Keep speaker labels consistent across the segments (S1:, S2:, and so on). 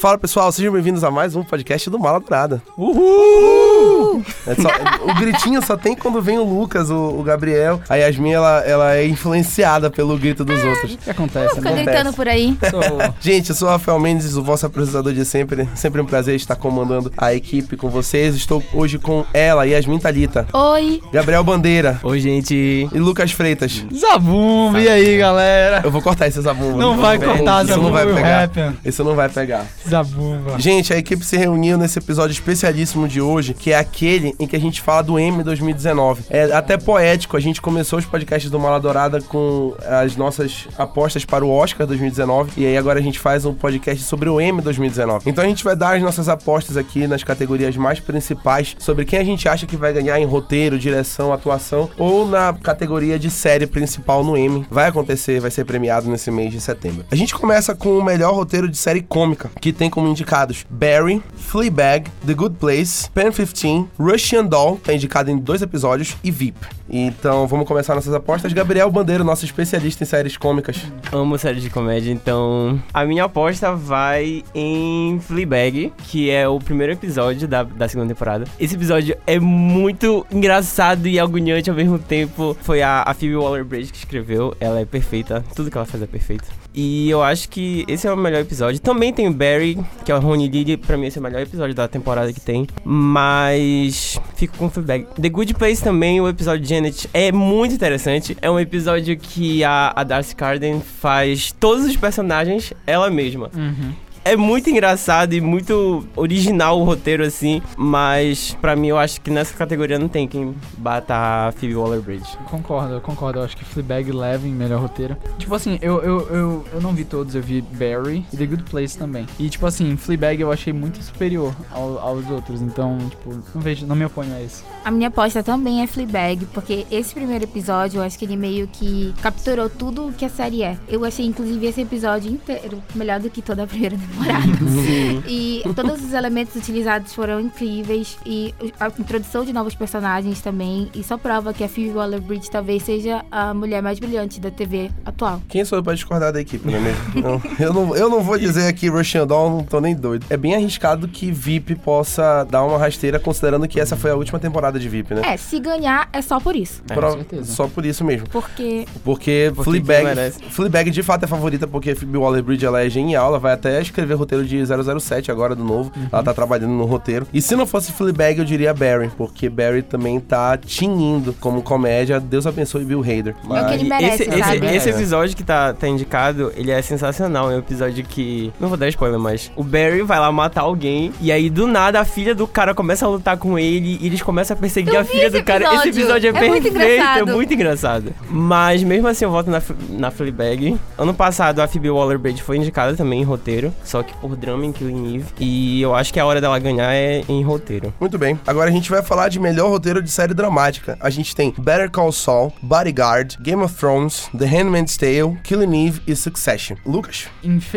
S1: Fala pessoal, sejam bem-vindos a mais um podcast do Mala Dourada.
S2: Uhul!
S1: É só- o gritinho só tem quando vem o Lucas, o, o Gabriel. A Yasmin, ela, ela é influenciada pelo grito dos outros.
S2: O que acontece,
S1: Não
S3: Fica
S2: né?
S3: gritando por aí.
S2: Sou-
S1: Gente, eu sou o Rafael Mendes, o vosso apresentador de sempre. Sempre um prazer estar comandando a equipe com vocês. Estou hoje com ela, Yasmin Talita,
S3: Oi.
S1: Gabriel Bandeira
S4: Oi, gente.
S1: e Lucas Freitas.
S2: Zabumba, e aí, galera?
S1: Eu vou cortar esse zabumba.
S2: Não vai cortar,
S1: Isso não
S2: Zabumba
S1: vai
S2: e o
S1: pegar.
S2: rap.
S1: Isso não vai pegar.
S2: Zabumba.
S1: Gente, a equipe se reuniu nesse episódio especialíssimo de hoje, que é aquele em que a gente fala do M 2019. É até poético, a gente começou os podcasts do Mala Dourada com as nossas apostas para o Oscar 2019, e aí agora a gente faz um podcast sobre o M 2019. Então a gente vai dar as nossas apostas aqui nas categorias mais principais sobre quem a gente acha que vai ganhar em roteiro, direção, atuação ou na categoria de série principal no M. Vai acontecer, vai ser premiado nesse mês de setembro. A gente começa com o melhor roteiro de série cômica, que tem como indicados Barry, Fleabag, The Good Place, Pen 15, Russian Doll, tá indicado em dois episódios, e VIP. Então vamos começar nossas apostas. Gabriel Bandeiro, nosso especialista em séries cômicas.
S4: Amo série de comédia, então a minha aposta vai em Fleabag, que é o primeiro episódio da, da segunda temporada. Esse episódio é muito engraçado e agoniante ao mesmo tempo. Foi a, a Phoebe Waller-Bridge que escreveu, ela é perfeita, tudo que ela faz é perfeito. E eu acho que esse é o melhor episódio. Também tem o Barry, que é o Rony Lily, pra mim esse é o melhor episódio da temporada que tem. Mas fico com o feedback. The Good Place também, o episódio de Janet, é muito interessante. É um episódio que a, a Darcy Carden faz todos os personagens ela mesma.
S2: Uhum.
S4: É muito engraçado e muito original o roteiro, assim. Mas pra mim eu acho que nessa categoria não tem quem bata a Phoebe Waller-Bridge.
S2: Concordo, eu concordo. Eu acho que Fleabag leva em melhor roteiro. Tipo assim, eu, eu, eu, eu não vi todos, eu vi Barry e The Good Place também. E tipo assim, Fleabag eu achei muito superior ao- aos outros. Então, tipo, não vejo, não me oponho a esse.
S3: A minha aposta também é Fleabag, porque esse primeiro episódio, eu acho que ele meio que capturou tudo o que a série é. Eu achei, inclusive, esse episódio inteiro melhor do que toda a primeira temporada. e todos os elementos utilizados foram incríveis. E a introdução de novos personagens também. E só prova que a Phoebe Waller-Bridge talvez seja a mulher mais brilhante da TV atual.
S1: Quem sou eu pra discordar da equipe, não é mesmo? Não, eu, não, eu não vou dizer aqui Russian Doll, não tô nem doido. É bem arriscado que VIP possa dar uma rasteira, considerando que essa foi a última temporada de VIP, né?
S3: É, se ganhar, é só por isso.
S4: É,
S1: Pro-
S2: com certeza.
S1: Só por isso mesmo.
S3: Porque
S1: Porque,
S4: Porque quem
S1: Fleabag,
S4: merece?
S1: Fleabag de fato é favorita, porque a Phoebe Waller-Bridge ela é genial, ela vai até escrever roteiro de 007 agora do novo, ela tá trabalhando no roteiro. E se não fosse Fleabag, eu diria Barry, porque Barry também tá tinindo como comédia, Deus abençoe Bill Hader.
S3: É o que ele merece,
S4: esse,
S3: sabe?
S4: esse- esse
S1: É.
S4: episódio que tá, tá indicado, ele é sensacional. É um episódio que. Não vou dar spoiler, mas. O Barry vai lá matar alguém. E aí, do nada, a filha do cara começa a lutar com ele. E eles começam a perseguir
S3: Eu
S4: a
S3: vi
S4: filha
S3: esse
S4: do cara. Esse
S3: episódio.
S4: episódio é,
S3: É muito
S4: perfeito.
S3: engraçado.
S4: É muito engraçado. Mas mesmo assim, eu volto na, F- na Fleabag. Ano passado, a Phoebe Waller-Bridge foi indicada também em roteiro. Só que por drama em Killing Eve. E eu acho que a hora dela ganhar é em roteiro.
S1: Muito bem. Agora a gente vai falar de melhor roteiro de série dramática. A gente tem Better Call Saul, Bodyguard, Game of Thrones, The Handmaid's Tale, Killing Eve e Succession. Lucas?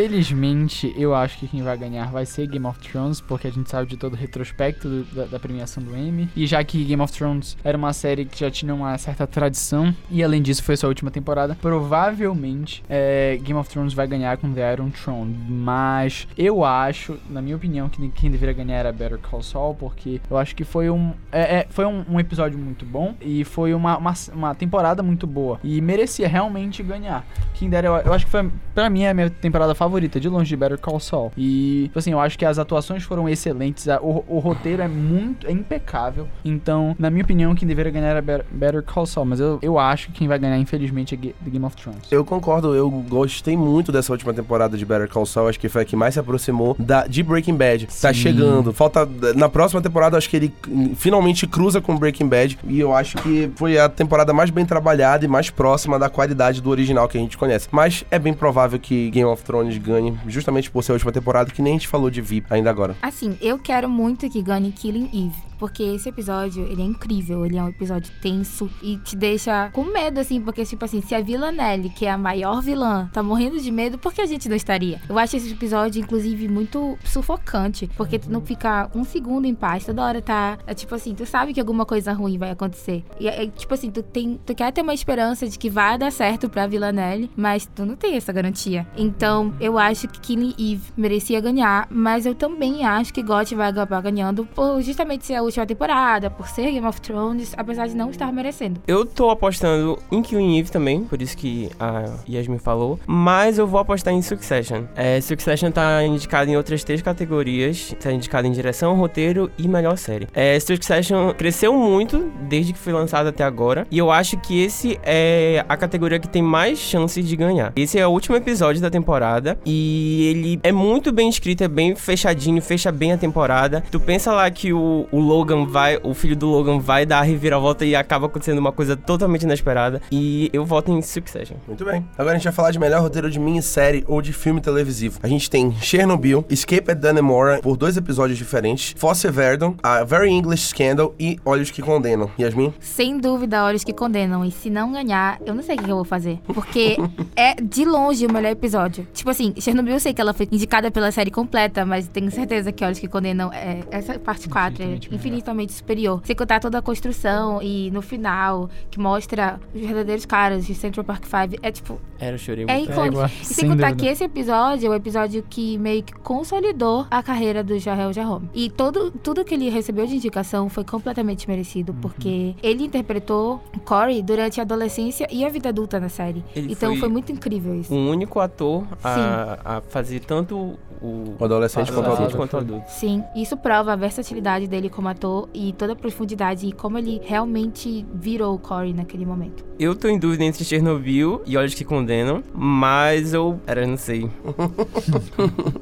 S2: Infelizmente, eu acho que quem vai ganhar vai ser Game of Thrones, porque a gente sabe de todo o retrospecto do- da, da premiação do Emmy. E já que Game of Thrones era uma série que já tinha uma certa tradição, e além disso foi sua última temporada, provavelmente é, Game of Thrones vai ganhar com The Iron Throne. Mas eu acho, na minha opinião, que quem deveria ganhar era Better Call Saul, porque eu acho que foi um, é, é, foi um, um episódio muito bom e foi uma, uma, uma temporada muito boa. E merecia realmente ganhar. Quem dera, eu, eu acho que foi, pra mim, é a minha temporada favorita, de longe de Better Call Saul. E, tipo assim, eu acho que as atuações foram excelentes, a- o, o roteiro é muito, é impecável. Então, na minha opinião, quem deveria ganhar era Better, Better Call Saul, mas eu, eu acho que quem vai ganhar, infelizmente, é Ga- The Game of Thrones.
S1: Eu concordo, eu gostei muito dessa última temporada de Better Call Saul, acho que foi a que mais se aproximou da, de Breaking Bad. Tá
S2: Sim.
S1: chegando. Falta. Na próxima temporada, acho que ele hum, finalmente cruza com Breaking Bad. E eu acho que foi a temporada mais bem trabalhada e mais próxima da qualidade do original que a gente conhece. Mas é bem provável que Game of Thrones ganhe, justamente por ser a última temporada, que nem a gente falou de VIP ainda agora.
S3: Assim, eu quero muito que ganhe Killing Eve, porque esse episódio, ele é incrível, ele é um episódio tenso e te deixa com medo, assim, porque, tipo assim, se a Vila Nelly, que é a maior vilã, tá morrendo de medo, por que a gente não estaria? Eu acho esse episódio, inclusive, muito sufocante, mente. Porque tu não ficar um segundo em paz, toda hora tá. É, tipo assim, tu sabe que alguma coisa ruim vai acontecer. E é, é, tipo assim, tu, tem, tu quer ter uma esperança de que vai dar certo pra Villanelle, mas tu não tem essa garantia. Então, eu acho que Killing Eve merecia ganhar, mas eu também acho que GOT vai acabar ganhando por justamente ser a última temporada, por ser Game of Thrones, apesar de não estar merecendo.
S4: Eu tô apostando em Killing Eve também, por isso que a Yasmin falou. Mas eu vou apostar em Succession. É, Succession tá indicado em outras três categorias. Tá indicado em direção, roteiro e melhor série. É, Succession cresceu muito desde que foi lançado até agora. E eu acho que esse é a categoria que tem mais chances de ganhar. Esse é o último episódio da temporada. E ele é muito bem escrito, é bem fechadinho, fecha bem a temporada. Tu pensa lá que o, o Logan vai, o filho do Logan vai dar a reviravolta e acaba acontecendo uma coisa totalmente inesperada. E eu voto em Succession.
S1: Muito bem. Agora a gente vai falar de melhor roteiro de minissérie ou de filme televisivo. A gente tem Chernobyl, Escape at Dunamore, por dois episódios diferentes, Fosse Verdon, A Very English Scandal e Olhos que Condenam. Yasmin?
S3: Sem dúvida, olhos que condenam. E se não ganhar, eu não sei o que que eu vou fazer. Porque é de longe o melhor episódio. Tipo assim, Chernobyl eu sei que ela foi indicada pela série completa, mas tenho certeza que Olhos que Condenam é essa parte 4 é
S2: Infinitamente melhor.
S3: infinitamente superior. Sem contar toda a construção e no final, que mostra os verdadeiros caras de Central Park 5. É tipo,
S4: Era, eu chorei
S3: é
S4: muito.
S3: icônico.
S2: igual,
S3: e
S2: sem
S3: sem contar
S2: dúvida.
S3: que esse episódio é o episódio que meio que consolidou a carreira do Jarrell Jerome. E todo, tudo que ele recebeu de indicação foi completamente merecido, porque ele interpretou Corey durante a adolescência e a vida adulta na série.
S4: Ele
S3: então
S4: foi- um
S3: foi... muito incrível isso.
S4: o único ator a, a fazer tanto o
S1: O adolescente quanto
S4: adolescente
S1: adulto.
S2: adulto.
S4: quanto adulto.
S3: Sim, isso prova a versatilidade dele como ator e toda a profundidade e como ele realmente virou o Corey naquele momento.
S4: Eu tô em dúvida entre Chernobyl e Olhos que Condenam, mas eu. Era, não sei.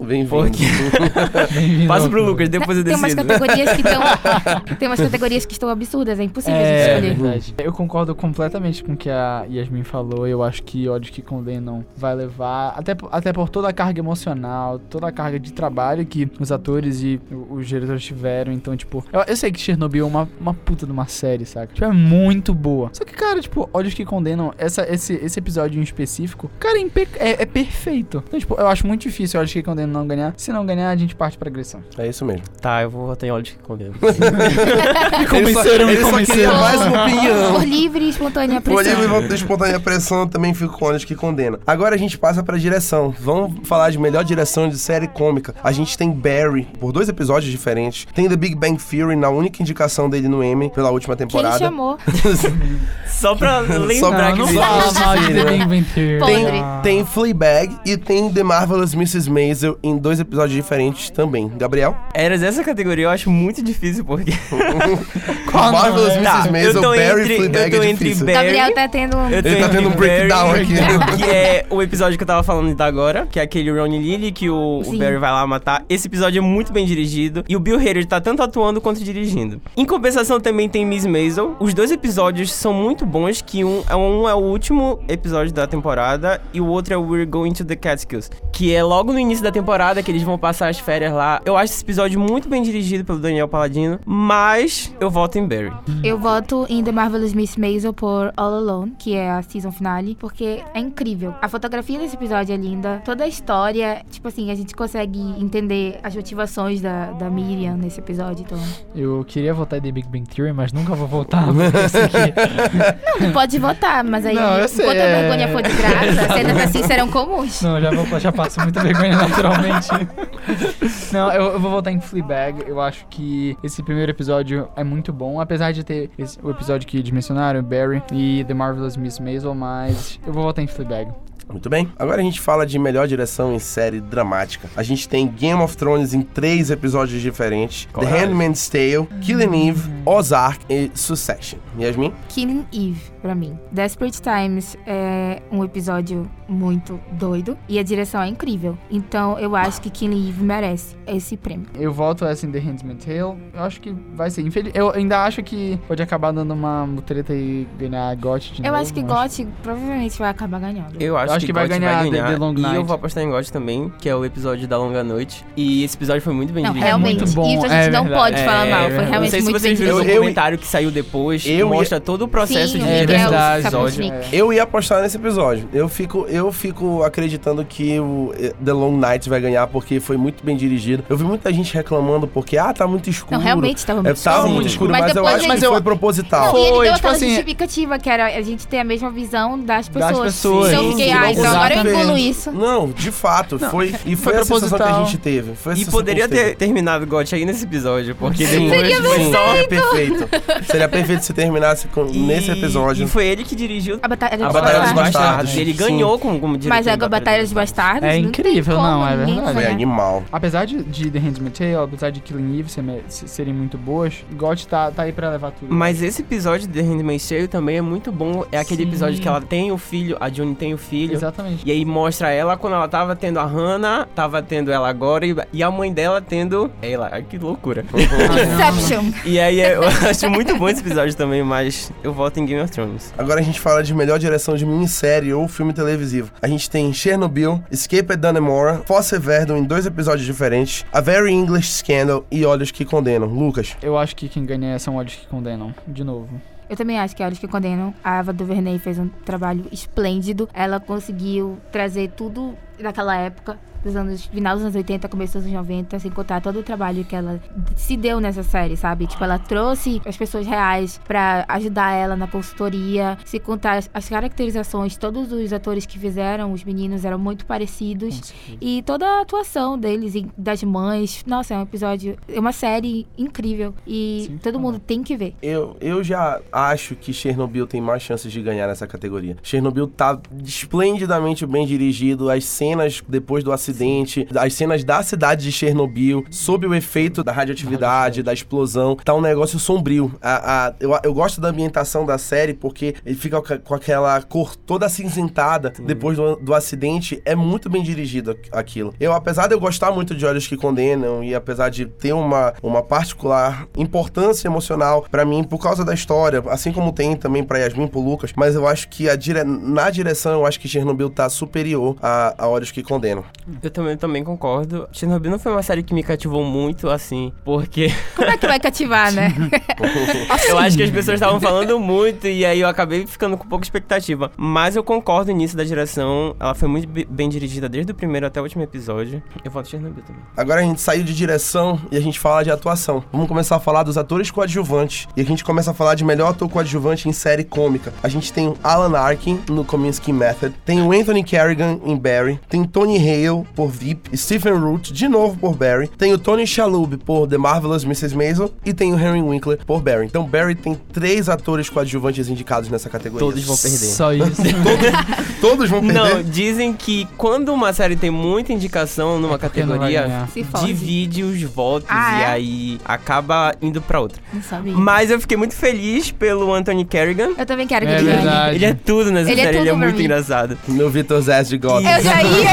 S1: Bem-vindo.
S4: Porque- Passa pro Lucas, depois eu
S3: Tem umas
S4: decido.
S3: categorias que estão. tem umas categorias que estão absurdas, é impossível de
S2: É,
S3: escolher.
S2: verdade. Eu concordo completamente com o que a Yasmin falou. Eu acho que ódio que condenam vai levar, até, po- até por toda a carga emocional, toda a carga de trabalho que os atores e o- os diretores tiveram. Então, tipo, eu, eu sei que Chernobyl é uma, uma puta de uma série, saca? Tipo, é muito boa. Só que, cara, tipo, ódios que condenam, essa, esse, esse episódio em específico, cara, é, impe- é, é perfeito. Então, tipo, eu acho muito difícil ódios que condenam não ganhar. Se não ganhar, a gente parte pra agressão.
S1: É isso mesmo.
S4: Tá, eu vou votar em Olhos que Condenam.
S2: Me
S1: convenceram, me Ele só- ele só convenceram. queria mais uma opinião.
S3: Por livre e espontânea
S1: O
S3: pressão.
S1: livro de espontânea pressão eu também fico com olhos que condena. Agora a gente passa pra direção. Vamos falar de melhor direção de série cômica. A gente tem Barry por dois episódios diferentes. Tem The Big Bang Theory na única indicação dele no Emmy pela última
S3: Que ele
S1: temporada.
S3: chamou.
S4: Só pra
S1: pra
S4: lembrar
S2: não,
S4: que
S2: não
S1: existe
S2: fala
S1: essa
S2: mal de
S1: série,
S2: The
S1: né?
S2: Big Bang Theory.
S1: Tem,
S3: Podre.
S1: tem Fleabag e tem The Marvelous Mrs. Maisel em dois episódios diferentes também. Gabriel?
S4: Eras essa categoria eu acho muito difícil, porque.
S2: Qual não,
S1: Marvelous
S2: né?
S1: Mrs.
S4: Tá,
S1: Maisel,
S4: eu tô
S1: Barry
S4: entre-
S1: Fleabag
S4: eu tô
S1: é
S4: entre
S1: difícil.
S4: Barry-
S3: Gabriel tá tendo um.
S4: Eu tô
S1: Ele tá
S4: entre
S1: tendo um breakdown
S4: Barry,
S1: aqui. né?
S4: Que é o episódio que eu tava falando da agora, que é aquele Ronnie Lily que o, o
S3: Sim.
S4: Barry vai lá matar. Esse episódio é muito bem dirigido e o Bill Hader tá tanto atuando quanto dirigindo. Em compensação também tem Miss Maisel. Os dois episódios são muito bons, que um, é- um é o último episódio da temporada e o outro é o We're Going to the Catskills, que é logo no início da temporada que eles vão passar as férias lá. Eu acho esse episódio muito bem dirigido pelo Daniel Paladino, mas eu voto em Barry.
S3: Eu voto em The Marvelous Miss Maisel por All Alone, que é a season finale, porque é incrível. A fotografia desse episódio é linda, toda a história, tipo assim, a gente consegue entender as motivações da, da Miriam nesse episódio. Então,
S2: Eu queria votar em The Big Bang Theory, mas nunca vou voltar porque isso aqui.
S3: não pode votar, mas aí,
S2: Não, eu sei,
S3: enquanto a
S2: é.
S3: vergonha for de graça, cenas assim serão comuns.
S2: Não, já, vou, já passo muita vergonha naturalmente. Não, eu, eu vou votar em Fleabag. Eu acho que esse primeiro episódio é muito bom, apesar de ter esse- o episódio que eles mencionaram, Barry e The Marvelous Miss Maisel, mas eu vou votar em Fleabag.
S1: Muito bem. Agora a gente fala de melhor direção em série dramática. A gente tem Game of Thrones em três episódios diferentes: The Handmaid's Tale, Killing Eve, Ozark e Succession. Yasmin?
S3: Killing Eve, pra mim. Desperate Times é um episódio muito doido e a direção é incrível. Então eu acho que Killing Eve merece esse prêmio.
S2: Eu voto essa em The Handmaid's Tale. Eu acho que vai ser infeliz. Eu ainda acho que pode acabar dando uma treta e ganhar GOT de
S3: eu
S2: novo.
S3: acho que
S2: mas-
S3: GOT provavelmente vai acabar ganhando.
S4: Eu acho,
S2: acho que vai
S4: God
S2: ganhar
S4: vai
S2: The- The Long
S4: E
S2: Night.
S4: eu vou apostar em God também, que é o episódio da Longa Noite. E esse episódio foi muito bem
S3: Não,
S4: dirigido.
S3: realmente.
S2: muito bom,
S3: Isso a
S2: é
S3: gente não
S2: verdade.
S3: pode falar mal. Foi
S4: não
S3: realmente
S4: sei se
S3: muito bem
S4: vocês viram
S1: dirigido.
S4: o
S1: Eu- eu-
S4: comentário que saiu depois, que
S1: eu ia-
S4: mostra todo o processo
S3: Sim,
S4: de
S3: o vídeo
S2: verdade.
S3: é o Sapão
S4: Episódio.
S3: Sneak.
S1: Eu ia apostar nesse episódio. Eu fico, eu fico acreditando que o eh, The Long Night vai ganhar porque foi muito bem dirigido. Eu vi muita gente reclamando porque, ah, tá muito escuro.
S3: Não, realmente tava muito
S1: É, tava
S3: escuro.
S1: muito escuro, mas, eu
S3: depois
S1: acho
S3: ele-
S1: que foi proposital.
S3: Não, e ele
S2: Foi,
S3: deu
S2: tipo
S3: aquela
S2: assim,
S3: justificativa que era a gente ter a mesma visão das pessoas.
S2: pessoas.
S3: Então eu fiquei,
S2: Sim,
S3: ah, então agora eu
S1: exatamente.
S3: engulo isso.
S1: Não, de fato, foi. E foi,
S2: foi
S1: a sensação que a
S2: proposital.
S1: gente teve. Foi a
S4: E
S1: sensação
S4: poderia
S1: que a gente
S4: ter terminado o GOT aí nesse episódio, porque
S1: Sim.
S4: depois
S1: Seria
S4: foi só...
S1: teve. Seria perfeito. Seria perfeito se terminasse com-
S4: E-
S1: nesse episódio.
S4: E foi ele que dirigiu
S3: A Batalha dos
S4: a Batalha dos
S1: Bastardos.
S4: Bastardos. E ele
S1: Sim.
S4: ganhou como, como diretor.
S3: Mas é
S4: da
S3: a Batalha dos Bastardos.
S2: É
S3: não tem
S2: incrível,
S3: como
S2: não, é
S3: ninguém
S2: verdade.
S1: Foi
S3: ganhar.
S1: animal.
S2: Apesar de, de The Handmaid's Tale, apesar de Killing Eve ser me- se- serem muito boas, GOT tá, tá aí pra levar tudo.
S4: Mas esse episódio de The Handmaid's Tale também é muito bom. É aquele
S2: Sim.
S4: episódio que ela tem o filho, a June tem o filho.
S2: Exatamente.
S4: E aí mostra ela quando ela tava tendo a Hannah, tava tendo ela agora e, e a mãe dela tendo ela. Ai, que loucura.
S2: Ah,
S3: Inception.
S4: e aí é- eu acho muito bom esse episódio também, mas eu voto em Game of Thrones.
S1: Agora a gente fala de melhor direção de minissérie ou filme televisivo. A gente tem Chernobyl, Escape at Dunnemora, Fosse Verdon em dois episódios diferentes, A Very English Scandal e Olhos que Condenam. Lucas,
S2: Eu acho que quem ganha são olhos que condenam, de novo.
S3: Eu também acho que Olhos que Condenam. A Ava DuVernay fez um trabalho esplêndido. Ela conseguiu trazer tudo daquela época, dos anos final dos anos 80, começo dos anos 90, sem contar todo o trabalho que ela se deu nessa série, sabe? Tipo, ela trouxe as pessoas reais pra ajudar ela na consultoria, se contar as, as caracterizações, todos os atores que fizeram, os meninos eram muito parecidos. E toda a atuação deles, e das mães. Nossa, é um episódio, é uma série incrível. E
S2: Sim,
S3: todo
S2: tá
S3: mundo tem que ver.
S1: eu, eu já acho que Chernobyl tem mais chances de ganhar nessa categoria. Chernobyl tá esplendidamente bem dirigido, as cenas depois do acidente, as cenas da cidade de Chernobyl, sob o efeito da radioatividade, da explosão, tá um negócio sombrio. A, a- eu, eu gosto da ambientação da série porque ele fica ca- com aquela cor toda acinzentada depois do, do acidente. É muito bem dirigido aqu- aquilo. Eu, apesar de eu gostar muito de Olhos que Condenam e apesar de ter uma, uma particular importância emocional pra mim por causa da história, assim como tem também pra Yasmin, pro Lucas, mas eu acho que a dire- na direção eu acho que Chernobyl tá superior a, a Olhos que Condenam.
S4: Eu também, também concordo. Chernobyl não foi uma série que me cativou muito, assim, porque
S3: Como é que vai cativar, né?
S4: eu acho que as pessoas estavam falando muito e aí eu acabei ficando com pouca expectativa. Mas eu concordo nisso da direção. Ela foi muito be- bem dirigida desde o primeiro até o último episódio. Eu voto em Chernobyl também.
S1: Agora a gente saiu de direção e a gente fala de atuação. Vamos começar a falar dos atores coadjuvantes. E a gente começa a falar de melhor ator coadjuvante em série cômica. A gente tem o Alan Arkin no Kominsky Method, tem o Anthony Kerrigan em Barry, tem Tony Hale por VIP, Stephen Root de novo por Barry, tem o Tony Shalhoub por The Marvelous Mrs. Maisel e tem o Henry Winkler por Barry. Então Barry tem três atores coadjuvantes indicados nessa categoria.
S4: Todos vão perder.
S2: Só isso. É
S1: Todos vão perder.
S4: Não, dizem que quando uma série tem muita indicação numa
S2: É porque não vai
S4: categoria,
S2: ganhar.
S3: Se fode.
S4: divide os votos
S3: Ah,
S4: e
S3: é?
S4: aí acaba indo pra outra.
S3: Não sabia.
S4: Mas eu fiquei muito feliz pelo Anthony Kerrigan.
S3: Eu também quero que
S2: É
S3: ele ganhe.
S2: verdade.
S4: Ele é tudo nessa
S3: Ele é
S4: série, ele é
S3: tudo pra
S4: muito
S3: mim.
S4: engraçado.
S1: Meu Vitor Zés de Gotham.
S3: Eu já ia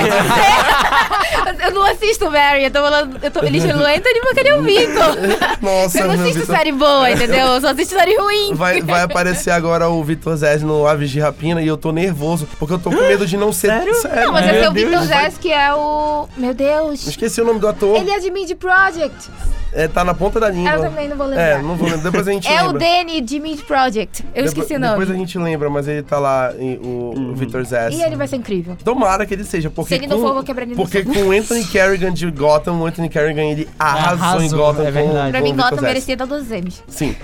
S3: dizer. eu não assisto Barry, eu tô falando. Eu tô elegendo o Anthony porque ele é o Vitor.
S1: Nossa,
S3: Eu não
S1: meu
S3: assisto
S1: Vitor.
S3: série boa, entendeu? Eu só assisto série ruim.
S1: Vai, vai aparecer agora o Vitor Zez no Aves de Rapina e eu tô nervoso, porque eu tô com medo de não ser. Sério?
S3: Não, mas
S1: Meu
S3: esse é o
S1: Deus.
S3: Vitor Jess, que é o. Meu Deus!
S1: Esqueci o nome do ator.
S3: Ele é de Mid Project.
S1: É, tá na ponta da língua.
S3: Eu também não vou
S1: É,
S3: lembrar.
S1: não vou lembrar. Depois a gente
S3: É
S1: lembra.
S3: o Danny de Mid Project. Eu
S1: Depo-
S3: esqueci o nome.
S1: Depois a gente lembra, mas ele tá lá, em- o,
S2: Uhum.
S1: o Vitor Zez.
S3: E ele vai ser incrível.
S1: Tomara que ele seja, porque.
S3: Se ele não
S1: com,
S3: for, eu vou quebrar ele no
S1: Porque com o Anthony Kerrigan de Gotham, o Anthony Kerrigan ele arrasou, em
S2: Arrasou,
S1: Gotham.
S2: é
S1: com-
S2: verdade.
S1: com
S3: Pra
S1: o
S3: mim,
S1: Vitor
S3: Gotham
S1: Zez.
S3: merecia todos os M's.
S1: Sim.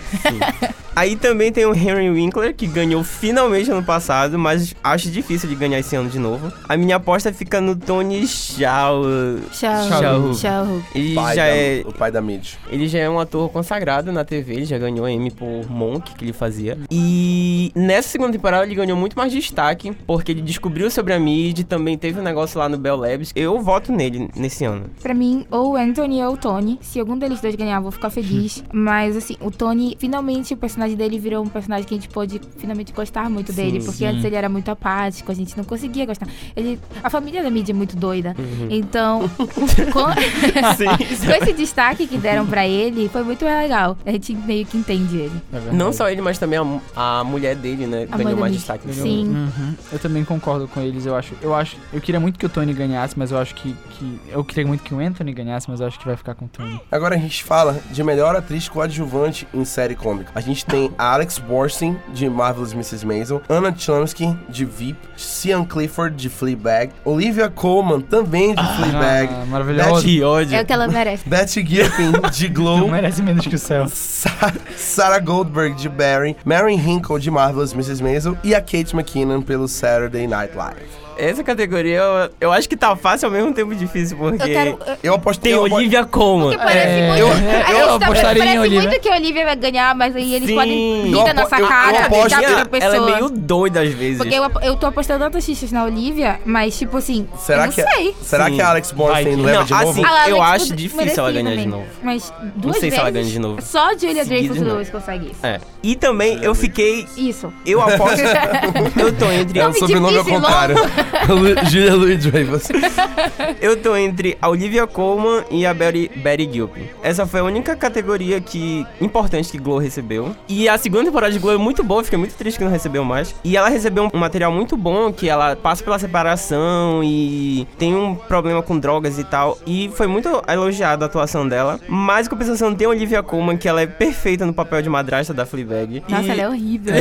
S4: Aí também tem o Henry Winkler, que ganhou finalmente ano passado, mas acho difícil de ganhar esse ano de novo. A minha aposta fica no Tony Shao.
S3: Tchau.
S4: Tchau.
S3: Tchau.
S4: Ele
S1: Pai
S4: já
S1: da-
S4: é
S1: O pai da Mid.
S4: Ele já é um ator consagrado na TV, ele já ganhou a Emmy por Monk, que ele fazia. E nessa segunda temporada ele ganhou muito mais destaque, porque ele descobriu sobre a mídia, também teve um negócio lá no Bell Labs. Eu voto nele nesse ano.
S3: Pra mim, ou o Anthony ou o Tony. Se algum deles dois ganhar, eu vou ficar feliz. Mas, assim, o Tony, finalmente, o personagem dele virou um personagem que a gente pôde finalmente gostar muito dele. Porque antes ele era muito apático, a gente não conseguia gostar. Ele, a família da mídia é muito doida.
S4: Uhum.
S3: Então, com, com esse destaque que deram pra ele, foi muito legal. A gente meio que entende ele.
S2: É verdade.
S4: Não só ele, mas também a, a mulher dele, né?
S3: A mãe
S4: ganhou
S3: da
S4: mais
S3: Mickey.
S4: destaque. nesse ano.
S3: Sim.
S2: Uhum. Eu também concordo com eles, eu acho. Eu acho. Eu queria muito que o Tony ganhasse, mas eu acho que, que. Eu queria muito que o Anthony ganhasse, mas eu acho que vai ficar com o Tony.
S1: Agora a gente fala de melhor atriz coadjuvante em série cômica. A gente tem Alex Borstein, de Marvelous Mrs. Maisel, Anna Chomsky, de VIP, Sean Clifford, de Fleabag, Olivia Colman, também de Fleabag,
S2: Ah, maravilhosa.
S1: Betty-
S4: Que ódio.
S3: É o que ela merece.
S1: Betty Griffin, de
S2: Não
S1: Glow,
S4: é?
S2: merece menos que o céu.
S1: Sa- Sarah Goldberg de Barry, Mary Hinkle de Marvelous Mrs. Maisel e a Kate McKinnon pelo Saturday Night Live.
S4: Essa categoria eu, eu acho que tá fácil ao mesmo tempo difícil, porque
S3: Eu quero. eu-
S1: Eu aposto
S4: tem
S1: eu apo-
S4: Olivia Colman.
S3: Porque parece
S2: É,
S3: muito.
S2: eu-
S3: a
S2: eu
S3: gente tá-
S2: apostaria em
S3: parece
S2: Olivia.
S3: muito que a Olivia vai ganhar, mas aí eles
S4: Sim.
S3: podem
S1: Eu
S3: vir da
S1: apo-
S3: nossa
S1: eu- eu
S3: cara,
S1: aposto
S3: aposto,
S1: que
S3: outra
S4: ela
S3: pessoa.
S4: é meio doida às vezes.
S3: Porque eu, ap- eu tô apostando tantas xixas na Olivia, mas tipo assim, eu
S1: Será
S3: não
S1: que é
S3: sei.
S1: será
S4: Sim.
S1: que a Alex
S2: Vai
S1: Borstein
S2: que-
S1: leva
S4: Não,
S1: de novo?
S4: assim-
S3: A
S4: Eu
S3: Alex
S4: acho
S3: Wood
S4: difícil
S3: merecia
S4: ela ganhar de
S3: também.
S4: novo.
S3: Mas duas
S4: sei se
S3: vezes,
S4: ela ganha de novo.
S3: Só Julia
S4: Seguidas,
S3: Dreyfus
S4: não.
S3: Lewis consegue isso.
S4: É. E também eu fiquei.
S3: Isso.
S4: Eu aposto. eu tô entre.
S1: É o
S3: Nome
S1: sobrenome ao
S3: difícil,
S1: contrário. Lu- Julia Louis Dreyfus.
S4: Eu tô entre a Olivia Colman e a Betty, Betty Gilpin. Essa foi a única categoria que importante que Glow recebeu. E a segunda temporada de Glow é muito boa, fiquei muito triste que não recebeu mais. E ela recebeu um material muito bom, que ela passa pela separação e tem um problema com drogas e tal. E foi muito elogiada a atuação dela. Mas em compensação tem a Olivia Colman, que ela é perfeita no papel de madrasta da Fleabag.
S3: Nossa,
S4: E
S3: ela é horrível.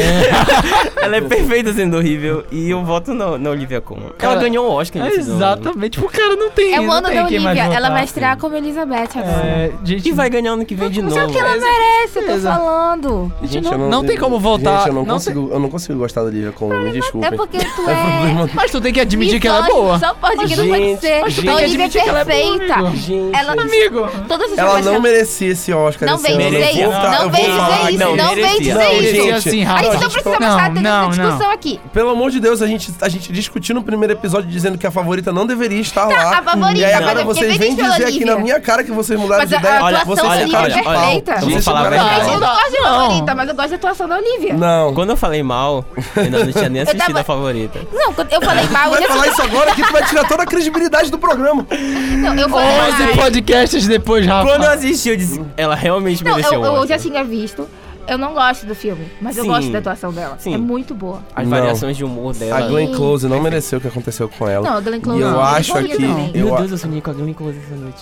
S4: ela é perfeita sendo horrível. E eu voto na na Olivia Colman. Ela
S2: Cara,
S4: ganhou o Oscar nesse ano.
S2: Exatamente. O cara não tem.
S3: É o
S2: não
S3: ano
S2: tem
S3: da
S2: quem
S3: Olivia.
S2: mais
S3: Ela é
S2: votar.
S3: vai estrear como Elizabeth agora.
S2: É, gente,
S4: E vai ganhar ano que vem de
S1: é
S3: Só
S4: novo. né?
S3: que ela
S4: velho.
S3: merece, eu tô
S2: certeza.
S3: falando. É
S2: gente,
S1: Gente,
S2: não,
S1: eu
S2: não, tem como voltar.
S1: Gente, eu não,
S2: tem-
S1: consigo, eu não consigo gostar da Olivia Colman, me desculpem.
S3: É porque tu
S1: É
S3: é.
S1: problema-
S2: Mas tu tem que admitir que ela é
S3: Misógino,
S2: boa.
S3: Só pode que não pode
S4: Gente,
S3: ser.
S4: mas tu
S3: a
S4: tem que
S3: Olivia é
S2: admitir que ela é boa,
S3: perfeita.
S2: amigo.
S3: Ela,
S2: Amigo.
S3: todas as
S1: Ela
S3: coisas
S1: não
S3: que
S1: merecia esse Oscar.
S3: Não
S1: esse ano.
S3: vem
S1: Eu
S3: dizer
S1: vou
S3: isso.
S1: voltar- eu
S3: Não
S1: vou
S3: vem
S1: falar-
S3: dizer isso.
S4: não,
S3: Não vem
S4: merecia.
S3: dizer
S1: Não,
S3: isso.
S1: gente,
S2: assim,
S3: A
S2: Rafa.
S3: gente
S1: Não,
S3: não precisa
S1: não,
S3: gastar tanta
S2: não,
S3: discussão aqui.
S1: Pelo amor de Deus, a gente, a gente discutiu no primeiro episódio dizendo que a favorita não deveria estar lá.
S3: a favorita,
S1: e aí
S4: mas
S1: agora
S4: é
S3: porque
S1: vocês
S3: vem
S1: vêm
S3: de pela
S1: dizer aqui
S3: Olivia.
S1: na minha cara que vocês mudaram
S3: Mas
S1: de
S3: a-
S1: ideia.
S3: a
S1: vocês
S3: atuação da
S1: ficaram
S3: Olivia
S1: de
S3: é
S1: pau.
S3: perfeita.
S1: Vocês
S4: Eu vou falar a
S1: ficaram de
S3: Gente,
S1: pau.
S4: verdade.
S3: eu não gosto de
S2: Não.
S3: favorita, mas eu gosto da atuação da Olivia.
S1: Não.
S4: Quando eu falei mal, eu ainda não tinha nem assistido
S3: tava-
S4: a favorita.
S3: Não, quando eu falei mal,
S1: Vai
S3: eu
S1: falar isso agora que tu vai tirar toda a credibilidade do programa.
S3: não, eu falei mal.
S2: 11 podcasts depois, Rafa.
S4: Quando eu assisti, eu disse, ela realmente
S3: Não,
S4: mereceu
S3: eu, eu
S4: Oscar.
S3: já tinha visto. Eu não gosto do filme, mas eu
S4: Sim.
S3: gosto da atuação dela.
S4: Sim.
S3: É muito boa.
S4: As
S1: Não.
S4: variações de humor
S1: A
S4: dela.
S1: Glenn Close não mereceu o que aconteceu com ela.
S3: Não, a Glenn Close
S1: E eu
S3: não,
S1: acho
S3: não,
S1: aqui.
S3: não.
S1: Eu a-
S4: eu sonhei com a Glenn Close essa noite.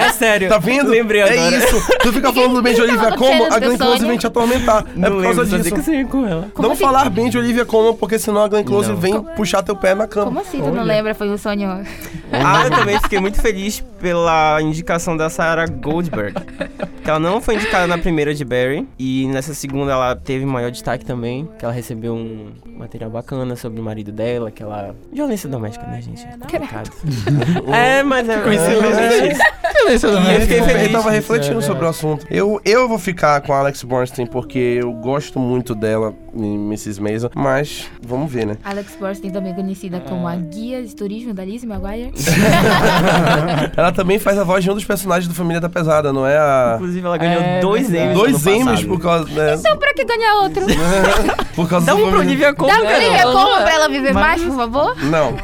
S4: é sério.
S1: Tá vendo?
S4: Lembrei
S1: é
S4: agora.
S1: isso. Tu fica falando bem de
S3: Ninguém
S1: Olivia
S3: tava
S1: Colman,
S3: querendo
S1: a Glenn
S3: ter
S1: Close
S3: sonho.
S1: vem te atormentar. é
S4: Não
S1: por
S4: lembro,
S1: causa
S4: só sei que eu
S1: disso.
S4: sonhei com ela.
S3: Como
S1: não
S3: assim? é?
S1: falar bem de Olivia Colman, porque senão a Glenn Close
S4: Não.
S1: vem puxar teu pé na cama.
S3: Como assim? Tu não
S2: Olha.
S3: lembra? Foi um sonho.
S4: Ah, eu também fiquei muito feliz pela indicação da Sarah Goldberg. Que ela não foi indicada na primeira de Barry. E nessa segunda ela teve maior destaque também. Que ela recebeu um material bacana sobre o marido dela, que ela. Violência doméstica, né, gente? É complicado. é, mas é.
S2: coincidência,
S4: é-
S2: gente. Beleza,
S4: E eu
S1: Eu,
S2: Domênico.
S4: fiquei feliz.
S1: tava
S2: Isso
S1: refletindo
S2: é
S1: sobre o assunto. Eu, eu vou ficar com a Alex Bornstein porque eu gosto muito dela em Mrs. Maisel, mas vamos ver, né?
S3: Alex Borstein, também conhecida como a guia de turismo da Lizzie Maguire.
S1: Ela também faz a voz de um dos personagens do Família da Pesada, não é a...
S4: Inclusive, ela ganhou
S2: É
S4: dois
S2: verdade.
S4: M's.
S1: Dois
S4: ano
S1: M's
S4: passado.
S1: por causa... Né?
S3: Então, pra que ganhar outro? Dá
S1: por causa
S4: Dá
S1: do
S4: um pro
S1: Família- Tá
S4: Olivia Colman.
S3: um prêmio
S2: não,
S3: como
S2: não,
S3: pra ela viver
S2: mas-
S3: mais, por favor?
S1: Não.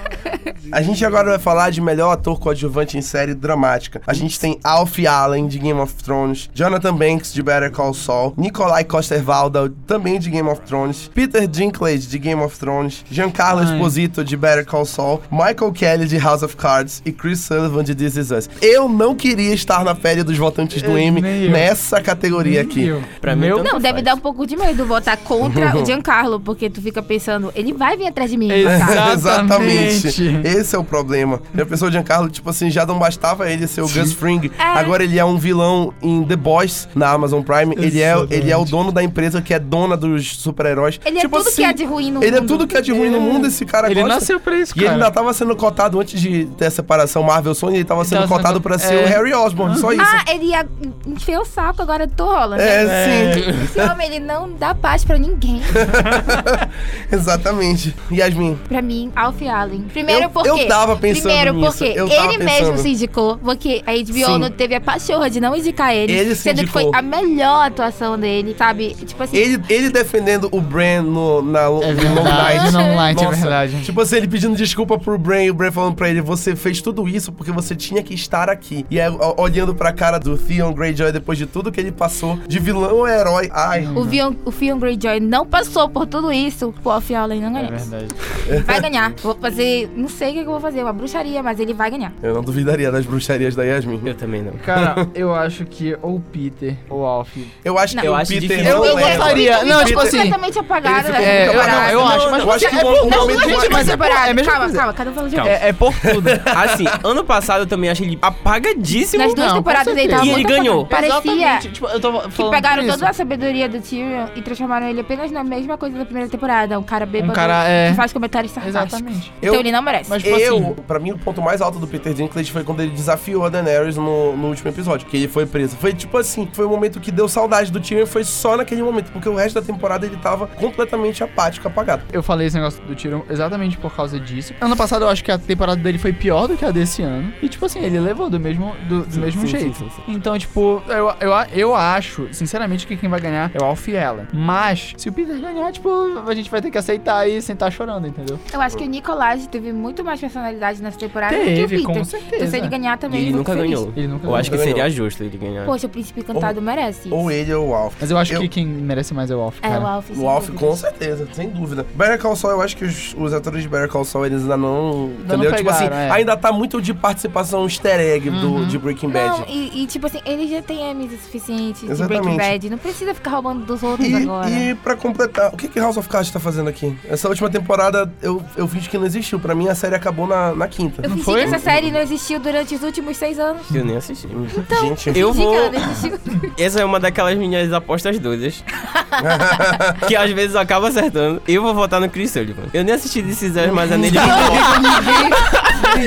S1: A gente agora vai falar de melhor ator coadjuvante em série dramática. A gente tem Alf Allen, de Game of Thrones, Jonathan Banks, de Better Call Saul, Nikolai Coster-Waldau, também de Game of Thrones, Peter Dinklage, de Game of Thrones, Giancarlo
S2: Ai.
S1: Esposito, de Better Call Saul, Michael Kelly, de House of Cards e Chris Sullivan, de This Is Us. Eu não queria estar na pele dos votantes do
S2: Eu
S1: M
S2: nem eu.
S1: nessa categoria aqui.
S2: Meu.
S4: Pra mim,
S2: Meu-
S4: tanto
S3: Não, deve
S4: faz.
S3: dar um pouco de medo votar contra o Giancarlo, porque tu fica pensando, ele vai vir atrás de mim.
S2: Exato.
S3: Tá?
S1: Exatamente.
S2: Exatamente.
S1: Esse é o problema. Já pensou o Giancarlo, tipo assim, já não bastava ele ser o Gus Fring. Agora ele é um vilão em The Boys na Amazon Prime. Ele é,
S2: Exatamente.
S1: ele é o dono da empresa que é dona dos super-heróis.
S3: Ele é
S1: Tipo
S3: tudo
S1: assim,
S3: que é de ruim no
S1: Ele é
S3: mundo.
S1: tudo que é de ruim no mundo, esse cara
S2: Ele
S1: gosta.
S2: nasceu pra isso,
S1: E ele é
S2: cara.
S1: ainda tava sendo cotado antes de ter a separação Marvel Sony, ele tava
S2: Ele
S1: sendo
S2: tava
S1: cotado
S2: sendo-
S1: pra ser o
S2: é.
S1: Harry Osborn, só isso.
S3: Ah, ele ia enfiar o saco agora do Holland.
S1: é,
S3: né?
S1: sim.
S3: Esse homem, ele não dá paz pra ninguém.
S1: Exatamente. Yasmin,
S3: Pra mim, Alf Allen. Primeiro
S1: Eu-
S3: porque...
S1: eu tava pensando
S3: Primeiro
S1: nisso,
S3: porque
S1: eu tava
S3: ele mesmo
S1: pensando.
S3: se indicou, porque a HBO
S1: Sim.
S3: não teve a pachorra de não indicar ele.
S1: Ele se
S3: sendo que foi
S1: indicou.
S3: a melhor atuação dele, sabe? Tipo assim...
S1: ele, ele defendendo o Bran no, na
S2: É
S1: Long Night.
S2: verdade, não light, é
S1: Nossa,
S2: verdade.
S1: Tipo assim, ele pedindo desculpa pro Bran e o Bran falando pra ele: Você fez tudo isso porque você tinha que estar aqui. E aí, o- olhando pra cara do Theon Greyjoy depois de tudo que ele passou, de vilão a herói. Ai,
S3: O Theon, o Theon Greyjoy não passou por tudo isso. Pô, o Alf Allen não
S2: É
S3: ganhou.
S2: verdade.
S3: Vai ganhar. Vou fazer, não sei, o que que eu vou fazer, uma bruxaria, mas ele vai ganhar.
S1: Eu não duvidaria das bruxarias da Yasmin.
S4: Eu também não.
S2: Cara, eu acho que ou Peter ou Alf.
S1: Eu acho
S3: Não.
S1: que
S4: Eu
S1: o
S4: acho
S1: Peter
S4: difícil.
S1: não é
S2: Eu- eu
S3: É,
S1: leva.
S2: gostaria.
S3: Peter
S2: Não,
S3: ficou
S2: tipo assim,
S3: completamente apagado né?
S1: ele
S3: da
S1: ficou
S2: É, eu, não, eu
S1: Não,
S2: acho,
S1: não,
S2: mas
S1: eu acho que
S2: é
S1: o
S2: por- não,
S1: momento-
S2: gente, mas é, por- é a mesma
S3: calma,
S2: coisa.
S3: calma, cada um falando de um
S4: Calma.
S2: É, é por tudo.
S4: Assim, ano passado eu também achei ele apagadíssimo.
S3: Nas duas
S2: Não, com
S3: temporadas ele
S2: certeza.
S3: tava
S4: E ele
S3: muito
S4: ganhou.
S3: apagado. Parecia
S2: Exatamente. Tipo, eu tava
S3: que
S2: falando
S3: pegaram
S2: isso.
S3: toda a sabedoria do Tyrion e transformaram ele apenas na mesma coisa da primeira temporada. Um cara bêbado
S2: Um cara, é-
S3: que faz comentários sarcásticos.
S2: Exatamente.
S3: Então
S1: Eu-
S3: ele não merece.
S2: Mas- tipo
S1: eu,
S2: assim-
S1: pra mim, o ponto mais alto do Peter Dinklage foi quando ele desafiou a Daenerys no, no último episódio, que ele foi preso. Foi tipo assim, foi o momento que deu saudade do Tyrion, foi só naquele momento, porque o resto da temporada ele tava completamente apático, apagado.
S2: Eu falei esse negócio do Tyrion exatamente por causa disso. Ano passado eu acho que a temporada dele foi pior do que a desse ano. E, tipo assim, ele levou do mesmo, do, do mesmo
S4: sim,
S2: jeito.
S4: sim, sim,
S2: Então, tipo, eu, eu, eu acho, sinceramente, que quem vai ganhar é o Alf e ela. Mas, se o Peter ganhar, tipo, a gente vai ter que aceitar e sentar chorando, entendeu?
S3: Eu acho que o Nicolás teve muito mais personalidade nessa temporada do É, que
S2: Teve,
S3: o Peter.
S2: com
S3: Então se
S2: certeza.
S3: ele ganhar
S4: E
S3: também.
S4: ele
S3: eu
S4: nunca
S3: fico feliz.
S4: ganhou.
S2: Ele nunca
S4: Eu acho que
S1: ganhou.
S4: seria justo ele ganhar.
S3: Poxa, o príncipe encantado merece. isso.
S1: Ou ele ou o Alf.
S2: Mas eu acho
S1: Eu-
S2: que quem merece mais é o Alf,
S3: É
S2: cara.
S3: o Alf. sem
S1: O Alf,
S3: dúvida.
S1: com certeza, sem dúvida. Better Call Saul, eu acho que os, os atores de Better Call Saul, eles ainda não, entendeu? tipo assim,
S2: pegaram, é.
S1: ainda tá muito de participação um easter egg do-
S2: Uhum.
S1: de Breaking Bad.
S3: Não, e, e, tipo assim, ele já tem amigos suficientes de
S1: Exatamente.
S3: Breaking Bad. Não precisa ficar roubando dos outros agora.
S1: E, e pra completar, o que, que House of Cards tá fazendo aqui? Essa última temporada eu, eu fiz que não existiu. Pra mim, a série acabou na, na quinta.
S3: Eu
S2: Não
S3: fingi
S2: foi?
S3: que essa série não existiu durante os últimos seis anos.
S4: Eu nem assisti.
S1: Então, Gente,
S4: Eu
S3: Fingi que né?
S4: vou-
S3: ela não existiu.
S4: Essa é uma daquelas minhas apostas doidas. que às vezes eu acabo acertando. Eu vou votar no Chris Sullivan. Eu nem assisti This Is Us, mas a nele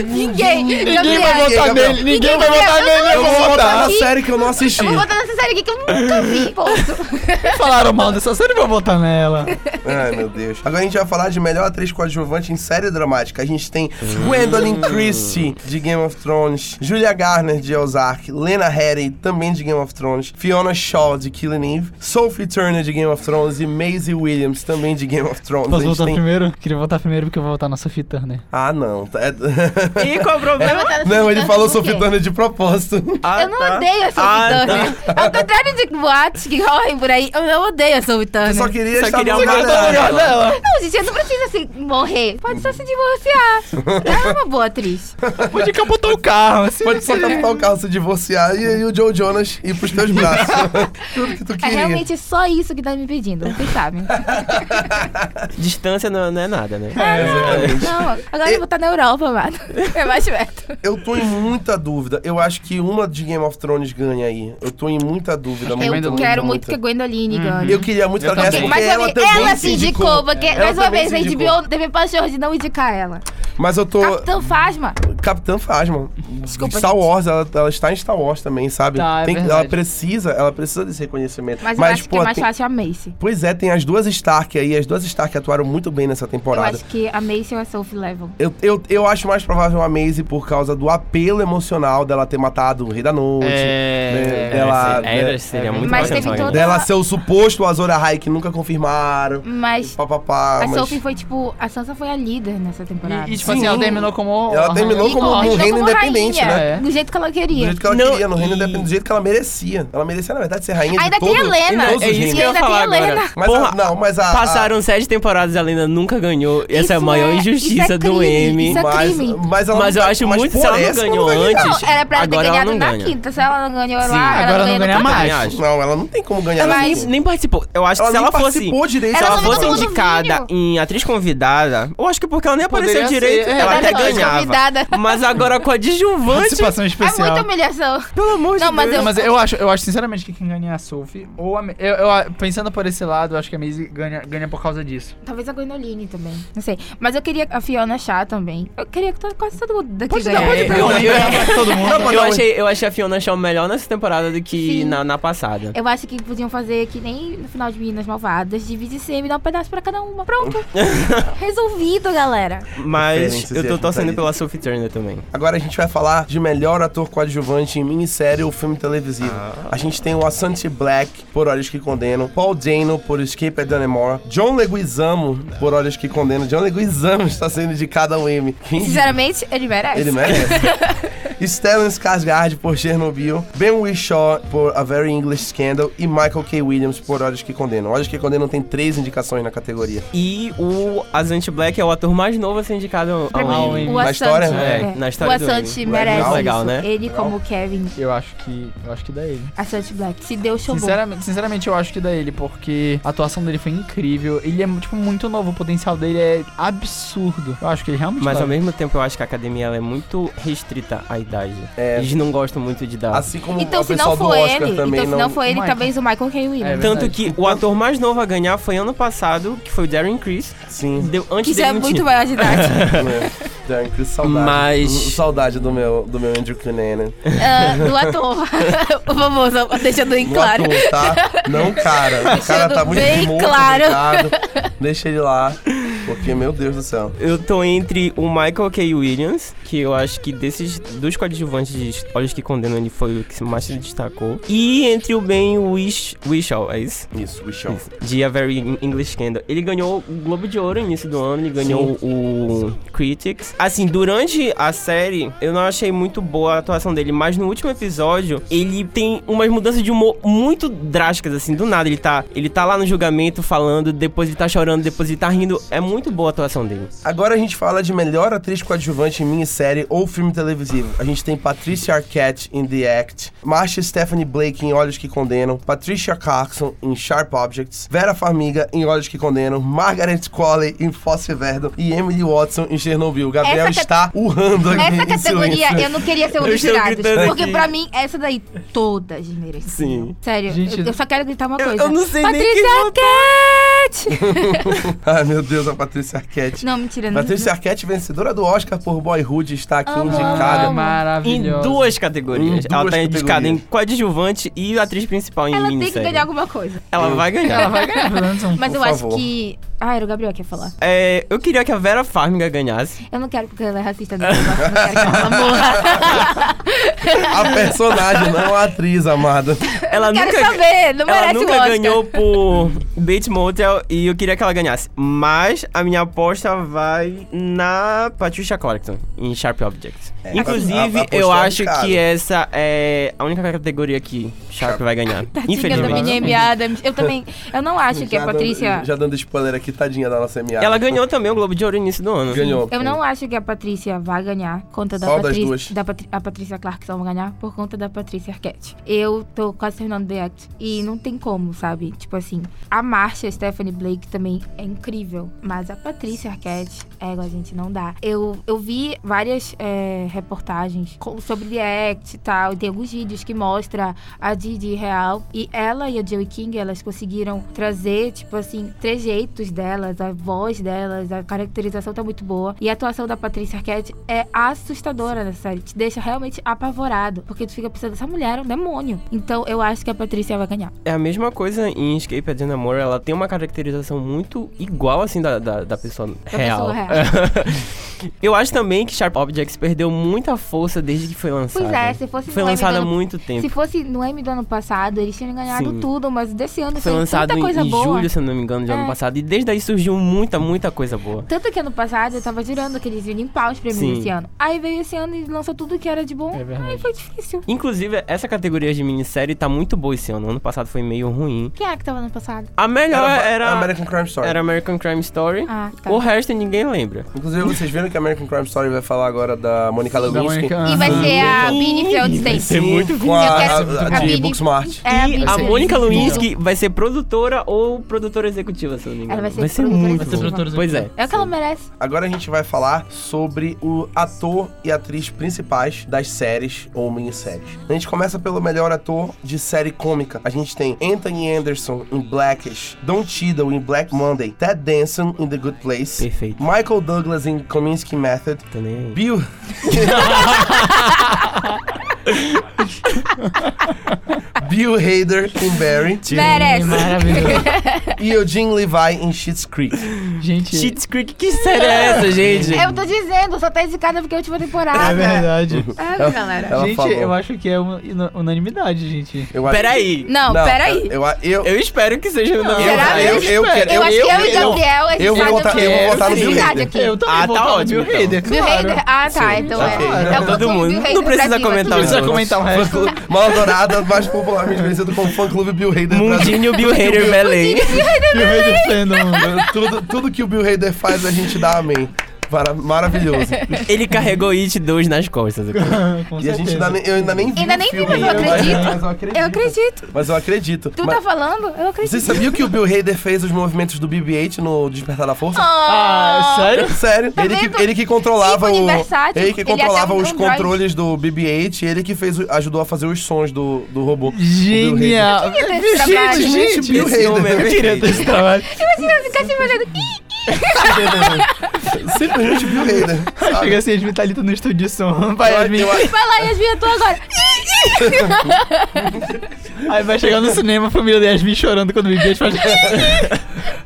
S3: Ninguém.
S2: Ninguém
S3: Gabriel.
S2: vai votar
S1: Gabriel.
S2: nele, ninguém vai votar nele, eu
S1: eu vou botar
S2: vou
S1: na
S2: votar.
S1: série que eu não assisti.
S3: Eu vou botar nessa série aqui que eu nunca vi, ponto.
S2: Falaram mal dessa série, eu vou votar nela.
S1: Ai, meu Deus. Agora a gente vai falar de melhor atriz coadjuvante em série dramática. A gente tem Gwendolyn Christie, de Game of Thrones, Julia Garner, de Ozark, Lena Headey, também de Game of Thrones, Fiona Shaw, de Killing Eve, Sophie Turner, de Game of Thrones e Maisie Williams, também de Game of Thrones.
S2: Posso
S1: a gente
S2: votar
S1: tem...
S2: primeiro? Queria votar primeiro porque eu vou votar na Sophie Turner.
S1: Ah, não. tá-
S4: E qual o problema?
S1: Não, ele falou
S3: Sophie
S1: Sophie
S3: Turner.
S1: Turner de propósito.
S4: Ah,
S3: Eu não
S4: tá.
S3: odeio a Sophie
S4: Ah,
S3: Turner.
S1: tá.
S3: Ao contrário de boates que correm por aí, eu não odeio a Sophie Turner.
S1: Eu só queria
S4: Só
S1: estar
S4: queria
S1: no lugar
S4: matar
S1: dela.
S4: ela.
S3: Não, gente, eu não precisa se morrer. Pode só se divorciar. Ela é uma boa atriz.
S2: Pode capotar o carro, assim.
S1: Pode só capitar o carro, se divorciar e, e o Joe Jonas ir pros teus braços. Tudo que tu
S3: É
S1: queria.
S3: realmente só isso que tá me pedindo, vocês sabem.
S4: Distância não, não é nada, né?
S3: Não, agora eu vou estar na Europa, mano. É mais perto.
S1: Eu tô em muita dúvida. Eu acho que uma de Game of Thrones ganha aí. Eu tô em muita dúvida.
S2: que
S1: muito,
S3: Eu
S1: muito,
S3: quero
S1: muita.
S3: muito que a Gwendoline ganhe.
S1: Uhum. Eu queria muito que
S4: Eu
S1: ela ganhasse,
S4: também.
S1: porque
S3: mais
S1: ela
S3: uma vez,
S1: também É,
S3: ela se indicou, porque
S1: Ela
S3: mais uma
S1: também
S3: vez
S1: se
S3: a
S1: indicou.
S3: HBO teve pachorra de não indicar ela.
S1: Mas eu tô...
S3: Capitão Fasma.
S1: Capitã Fasma.
S3: Desculpa,
S1: Star
S3: gente.
S1: Wars, ela, ela está em Star Wars também, sabe?
S2: Tá, é
S1: Tem- ela
S2: verdade.
S1: precisa, ela precisa desse reconhecimento.
S3: Mas, eu acho
S1: pô,
S3: que é mais
S1: tem-
S3: fácil a Macy.
S1: Pois é, tem as duas Stark aí. As duas Stark atuaram muito bem nessa
S3: Eu
S1: temporada.
S3: acho que a Macy ou a Sophie levam.
S1: Eu, eu, eu acho mais provável a Maisie por causa do apelo emocional dela ter matado o Rei da Noite.
S2: É,
S1: né, dela,
S4: Essa- é, essa
S1: né,
S4: seria muito
S3: Mas
S4: bacana
S3: teve
S4: também.
S3: toda-
S1: dela ser o suposto Azor Ahai que nunca confirmaram.
S3: Mas
S1: Pá, pá, pá,
S3: a
S1: Ah, mas
S3: Sophie foi tipo. A Sansa foi a líder nessa temporada.
S2: E, e, tipo assim, ela
S1: Sim.
S2: terminou como.
S1: Ela terminou
S3: E
S1: como
S3: corre,
S1: um
S3: então,
S1: reino
S3: como
S1: independente,
S3: rainha,
S2: né?
S3: Do jeito que ela
S1: do
S3: queria.
S1: jeito que ela
S4: Não,
S1: queria, no reino
S4: e-
S1: independente, do jeito que ela merecia. Ela merecia, na verdade, ser rainha
S3: Ainda
S1: de
S3: tem
S1: todo,
S3: a Helena.
S1: em todos os
S4: É isso
S1: reinos.
S4: que eu ia
S3: ainda tem
S4: falar
S3: a Helena.
S4: agora.
S1: Mas
S4: Porra,
S1: a- não, mas a- a-
S4: passaram sete temporadas, a Lena nunca ganhou. E essa é a
S3: Isso
S4: maior
S3: é- isso
S4: injustiça
S3: é
S4: do
S3: crime,
S4: M.
S3: isso é-
S1: mas,
S3: crime.
S1: mas ela
S4: Mas
S1: não
S4: eu
S1: tá-
S4: acho
S1: mas
S4: muito
S1: por
S4: se ela não
S1: essa,
S4: ganhou
S1: vai ganhar.
S4: antes.
S3: Não, era pra ela ter
S4: Agora ela
S3: ganhado
S4: não
S3: na
S4: ganha.
S3: quinta. Se ela não ganhou
S4: Sim.
S3: lá,
S2: Agora
S3: ela
S2: não
S3: ganha
S2: ganha
S3: no
S2: mais.
S4: Também acho.
S1: Não, ela não tem como ganhar.
S3: Ela
S1: nada
S3: nem-
S1: disso.
S4: Nem participou. Eu acho
S1: ela
S4: que se
S1: nem
S4: ela fosse.
S1: participou direito. um
S4: Se
S3: Ela
S4: ela
S3: só
S4: fosse
S3: ganhou todo
S4: indicada
S3: mundo
S4: em atriz convidada, eu acho que porque ela nem apareceu
S2: Poderia
S4: direito,
S2: ser, é.
S4: ela até
S3: Ela foi
S4: ganhava.
S3: convidada.
S4: Mas agora com a adjuvante,
S2: Participação
S3: É
S2: especial.
S3: muita humilhação.
S4: pelo amor de
S3: Não, mas
S4: Deus.
S3: eu-
S2: Não, mas eu acho, eu acho sinceramente que quem ganha é a Sophie ou a Ma- eu, eu- Pensando por esse lado, eu acho que a Maisie ganha, ganha por causa disso.
S3: Talvez a Gwendoline também. Não sei. Mas eu queria a Fiona Chá também. Eu queria que to- quase todo mundo daqui
S2: É,
S3: ganhasse.
S2: eu- eu- eu- todo mundo.
S1: Não, mas
S4: Eu
S1: não,
S4: achei, eu achei a Fiona Shaw melhor nessa temporada do que
S3: Sim. É.
S4: na, na passada.
S3: Eu acho que podiam fazer que nem no final de Meninas Malvadas, divide e me dá um pedaço pra cada uma. Pronto. Resolvido, galera.
S4: Mas
S1: Diferenças
S4: eu
S1: e
S4: tô
S1: as
S4: torcendo
S1: vantagens.
S4: pela Sophie Turner também.
S1: Agora a gente vai falar de melhor ator coadjuvante em minissérie ou filme televisivo. A gente tem o Asante Black por Olhos que Condenam, Paul Dano por Escape at Dunamore, John Leguizamo por Olhos que Condenam. John Leguizamo está sendo indicado ao Emmy. Quem diria?
S3: Sinceramente, ele merece.
S1: Ele merece. Stellan Skarsgård por Chernobyl, Ben Whishaw por A Very English Scandal e Michael K. Williams por Olhos que Condenam. Olhos que Condenam tem três indicações na categoria.
S4: E o Azante Black é o ator mais novo a ser indicado ao
S3: Pra
S4: ao
S2: mim,
S4: Emmy.
S3: mim, o
S1: Na
S3: Asante,
S1: história,
S4: é, na história
S3: o
S4: do
S3: Asante
S4: Emmy.
S3: merece
S1: Legal.
S3: isso.
S4: Legal, né?
S3: Ele
S1: Legal.
S3: como Kevin,
S2: Eu acho que. Eu acho que dá ele.
S3: Asante Black, se deu show Tá bom.
S2: Sinceramente, sinceramente, eu acho que dá ele, porque a atuação dele foi incrível. Ele é, tipo, muito novo. O potencial dele é absurdo. Eu acho que ele realmente
S4: Mas
S2: dá.
S4: ao mesmo tempo eu acho que a academia ela é muito restrita à idade.
S1: É.
S4: Eles não gostam muito de dar.
S1: Assim como
S3: Então
S1: o
S3: se não
S1: pessoal
S3: for
S1: do Oscar
S3: ele,
S1: também
S3: então se não for ele,
S2: Michael.
S3: talvez o Michael K.
S2: É
S3: Williams.
S4: Tanto
S2: verdade.
S4: que o ator mais novo a ganhar foi ano passado, que foi o Darren Criss.
S1: Sim.
S4: Deu antes
S3: Isso
S4: dele
S3: é
S4: não
S3: muito
S4: tinha.
S3: maior de idade.
S1: né? Dan, que saudade. Hum,
S4: Mas-
S1: Saudade do meu, do meu Andrew né? Cunanan.
S3: Ah, do ator. Vamos, só deixando bem
S1: No
S3: claro.
S1: ator, tá? Não, cara. O cara tá muito
S3: bem
S1: morto,
S3: claro.
S1: coitado. Deixa ele lá. Porque, meu Deus do céu.
S4: Eu tô entre o Michael K. Williams, que eu acho que desses dos coadjuvantes de Olhos que Condenam ele foi o que mais se destacou. E entre o Ben Wish, Whishaw, é isso?
S1: Isso, bichão.
S4: De A Very English Scandal. Ele ganhou o Globo de Ouro no início do ano, ele ganhou o Critics. Assim, durante a série, eu não achei muito boa a atuação dele, mas no último episódio, ele tem umas mudanças de humor muito drásticas, assim, do nada. Ele tá, ele tá lá no julgamento falando, depois ele tá chorando, depois ele tá rindo. É muito boa a atuação dele.
S1: Agora a gente fala de melhor atriz coadjuvante em minissérie ou filme televisivo. A gente tem Patricia Arquette em The Act, Marcia Stephanie Blake em Olhos que Condenam, Patricia Clarkson em Sharp Objects, Vera Farmiga em Olhos que Condenam, Margaret Qualley em Fosse Verdon e Emily Watson em Chernobyl. Gabriel
S3: Essa
S1: está urrando aqui
S3: Essa
S1: em
S3: categoria
S1: silêncio.
S3: eu não queria ser um
S4: Eu
S3: dos
S4: estou
S3: jurados.
S4: gritando
S3: Porque
S4: aqui.
S3: pra mim, essa daí todas mereciam.
S4: Sim.
S3: Sério,
S2: Gente,
S3: eu, eu só quero gritar uma coisa.
S4: eu não sei nem
S3: Patrícia
S4: quem
S3: Arquette!
S1: Ai, meu Deus, a Patricia Arquette.
S3: não, mentira. Não,
S1: Patrícia Arquette, vencedora do Oscar por Boyhood, está aqui
S3: Amo,
S1: indicada.
S3: amo.
S4: Em
S2: Maravilhoso.
S4: duas categorias.
S1: Em
S4: ela
S1: duas
S4: tá indicada em
S1: categorias.
S4: coadjuvante e atriz principal em
S3: ela tem que
S4: minissérie.
S3: ganhar alguma coisa.
S4: Ela vai ganhar.
S2: Ela vai ganhar, pelo menos um.
S3: Mas
S1: Por
S3: eu acho
S1: favor.
S3: que... Ah, era o Gabriel que ia falar.
S4: É, eu queria que a Vera Farmiga ganhasse.
S3: Eu não quero porque ela é racista. Não, eu não quero que ela morra.
S1: A personagem, não a atriz, amada.
S4: Ela
S3: Quero
S4: nunca,
S3: saber,
S4: ela
S3: não merece o
S4: nunca
S3: Oscar.
S4: ganhou por Bates Motel e eu queria que ela ganhasse. Mas a minha aposta vai na Patricia Clarkson, em Sharp Objects.
S1: É,
S4: Inclusive,
S1: a- a- apostar
S4: eu
S1: é
S4: acho
S1: picado.
S4: que essa é a única categoria que Sharp vai ganhar.
S3: Tadinha da
S4: Infelizmente.
S3: minha é enviada. Eu também... Eu não acho que a
S1: dando-
S3: Patrícia...
S1: já dando spoiler aqui, tadinha da nossa MA.
S4: Ela ganhou também o Globo de Ouro no início do ano.
S1: Ganhou.
S3: Eu não acho que a Patrícia vai ganhar conta da
S1: Qual das
S3: Patrícia.
S1: duas?
S3: Da Patri- a Patrícia Clarkson vai ganhar por conta da Patrícia Arquette. Eu tô quase terminando The Act e não tem como, sabe? Tipo assim, a Marcia Stephanie Blake também é incrível, mas a Patrícia Arquette, é, a gente não dá. Eu, eu vi várias é, reportagens co- sobre The Act e tal, e tem alguns vídeos que mostra a Didi real e ela e a Joey King, elas conseguiram trazer, tipo assim, trejeitos delas, a voz delas, a caracterização tá muito boa. E a atuação da Patrícia Arquette é assustadora nessa série. Te deixa realmente apavorado. Porque tu fica pensando, essa mulher é um demônio. Então eu acho que a Patrícia vai ganhar.
S4: É a mesma coisa em Escape at Namor, ela tem uma caracterização muito igual, assim, da, da, da pessoa real.
S3: pessoa real.
S4: Eu acho também que Sharp Objects perdeu muita força desde que foi lançada.
S3: Pois é, se fosse
S4: Foi
S3: no Emmy
S4: lançada
S3: do
S4: há
S3: ano-
S4: muito tempo.
S3: Se fosse no M do ano passado, eles tinham ganhado
S4: Sim.
S3: tudo, mas desse ano
S4: Foi
S3: saiu
S4: lançado
S3: tanta
S4: em,
S3: coisa
S4: em
S3: boa.
S4: julho, se eu não me engano, de
S3: É.
S4: ano passado. E desde aí surgiu muita, muita coisa boa.
S3: Tanto que ano passado eu tava jurando que eles iam limpar os prêmios
S4: Sim.
S3: desse ano. Aí veio esse ano e lançou tudo que era de bom.
S2: É verdade.
S3: Aí foi difícil.
S4: Inclusive, essa categoria de minissérie tá muito boa esse ano. Ano passado foi meio ruim.
S3: Quem é que tava ano passado?
S4: A melhor
S1: Era,
S4: era, era,
S1: American Crime Story.
S4: American Crime Story.
S3: Ah, tá.
S4: O resto ninguém lembra.
S1: Inclusive, vocês viram que American Crime Story vai falar agora da Monica
S2: Da
S1: Lewinsky? é
S2: Monica-
S3: E vai
S2: Aham.
S3: ser a
S4: Ih,
S3: Bini
S4: vai ser
S3: Feldstein.
S4: muito
S1: com a,
S3: Eu quero-
S1: a-
S2: muito
S1: a
S2: bom.
S1: de
S3: A Billie-
S1: Booksmart.
S3: É,
S4: e
S3: Bini
S4: a
S3: Feldstein.
S4: Mônica Lewinsky vai ser produtora ou produtora executiva, se eu não me engano.
S3: Ela vai ser produtora
S4: muito
S3: executiva.
S4: bom. Pois é.
S3: É o que ela merece.
S1: Agora a gente vai falar sobre o ator e atriz principais das séries ou minisséries. A gente começa pelo melhor ator de série cômica. A gente tem Anthony Anderson em Blackish, Don Cheadle em Black Monday, Ted Danson em The Good Place,
S4: Perfeito.
S1: Michael Douglas em Kominsky Method,
S4: Tô nem aí.
S1: Bill. Bill Hader em Barry
S3: Merece.
S2: Maravilhoso.
S1: e Eugene Levi em Schitt's Creek.
S2: Gente,
S4: Cheats Creek, que série é essa, gente?
S3: Eu tô dizendo, só tá indicada porque é a última temporada.
S2: é verdade.
S3: Ah, galera.
S1: Ela
S2: gente,
S1: falou.
S2: eu acho que é uma ina- unanimidade, gente.
S1: Eu acho-
S4: Peraí.
S3: Não, peraí.
S1: Eu, eu,
S4: Eu espero que seja na
S3: será
S1: eu, eu,
S3: mesmo?
S1: eu quero-
S3: Eu acho que eu e
S1: eu-
S3: Gabriel, a
S1: eu
S3: gente
S1: vou
S3: tá
S1: votar-
S3: dando
S1: eu vou votar
S4: no Bill
S3: unanimidade
S1: Hader.
S3: aqui.
S2: Eu também
S4: Ah,
S2: vou
S4: tá
S2: votar no
S4: ótimo,
S2: Bill
S4: então.
S2: Hader,
S3: Bill
S2: claro.
S3: Hader? Ah, tá.
S1: Sim,
S3: então
S1: ok.
S3: é.
S1: Não,
S3: é o
S4: todo
S3: voto
S4: mundo.
S3: Bill
S4: Não
S3: Hader pra
S4: precisa
S3: cima,
S4: comentar
S3: tudo
S4: o
S3: bem.
S2: Não precisa
S4: resto.
S2: comentar o
S1: Fã
S2: resto.
S1: clube- Maldourada, mais popularmente conhecido como fã clube Bill Hader Brasil.
S4: Mundinho Bill Hader Belém.
S2: Bill Hader fandom.
S1: Tudo, tudo que o Bill Hader faz, a gente dá amém. Mara- Maravilhoso.
S4: Ele carregou It 2 nas costas.
S2: Com
S1: E a gente
S2: certeza.
S1: ainda, nem- eu ainda nem vi
S3: Ainda
S1: o
S3: nem vi,
S1: filme,
S3: mas eu acredito.
S1: Mas eu acredito.
S3: Eu acredito.
S1: Mas eu acredito.
S3: Tu
S1: Mas-
S3: tá falando? Eu acredito.
S1: Você sabia que o Bill Hader fez os movimentos do BB-8 no Despertar da Força?
S2: Ah, sério?
S1: Sério,
S3: Tá
S1: ele
S3: vendo?
S1: que, ele que controlava
S3: Ícone
S1: o.
S3: versátil.
S1: Ele que
S3: Ele é até
S1: controlava
S3: um
S1: os
S3: androide.
S1: controles do BB-8 e ele que fez, o- ajudou a fazer os sons do, do robô.
S2: Genial.
S3: Quem é desse trabalho?
S2: Gente,
S1: Bill
S2: gente,
S1: Hader.
S4: homem é
S2: eu queria ter esse trabalho.
S3: Imagina, ficar se olhando.
S1: Simplesmente Bill Hader. sabe?
S2: Chega assim, Yasmin tá ali no estúdio de som. Vai,
S1: Eu-
S2: Yasmin.
S1: eu-
S3: Vai lá, Yasmin, eu tô agora.
S2: Aí vai chegar no cinema, a família da Yasmin chorando quando me beijo. Faz...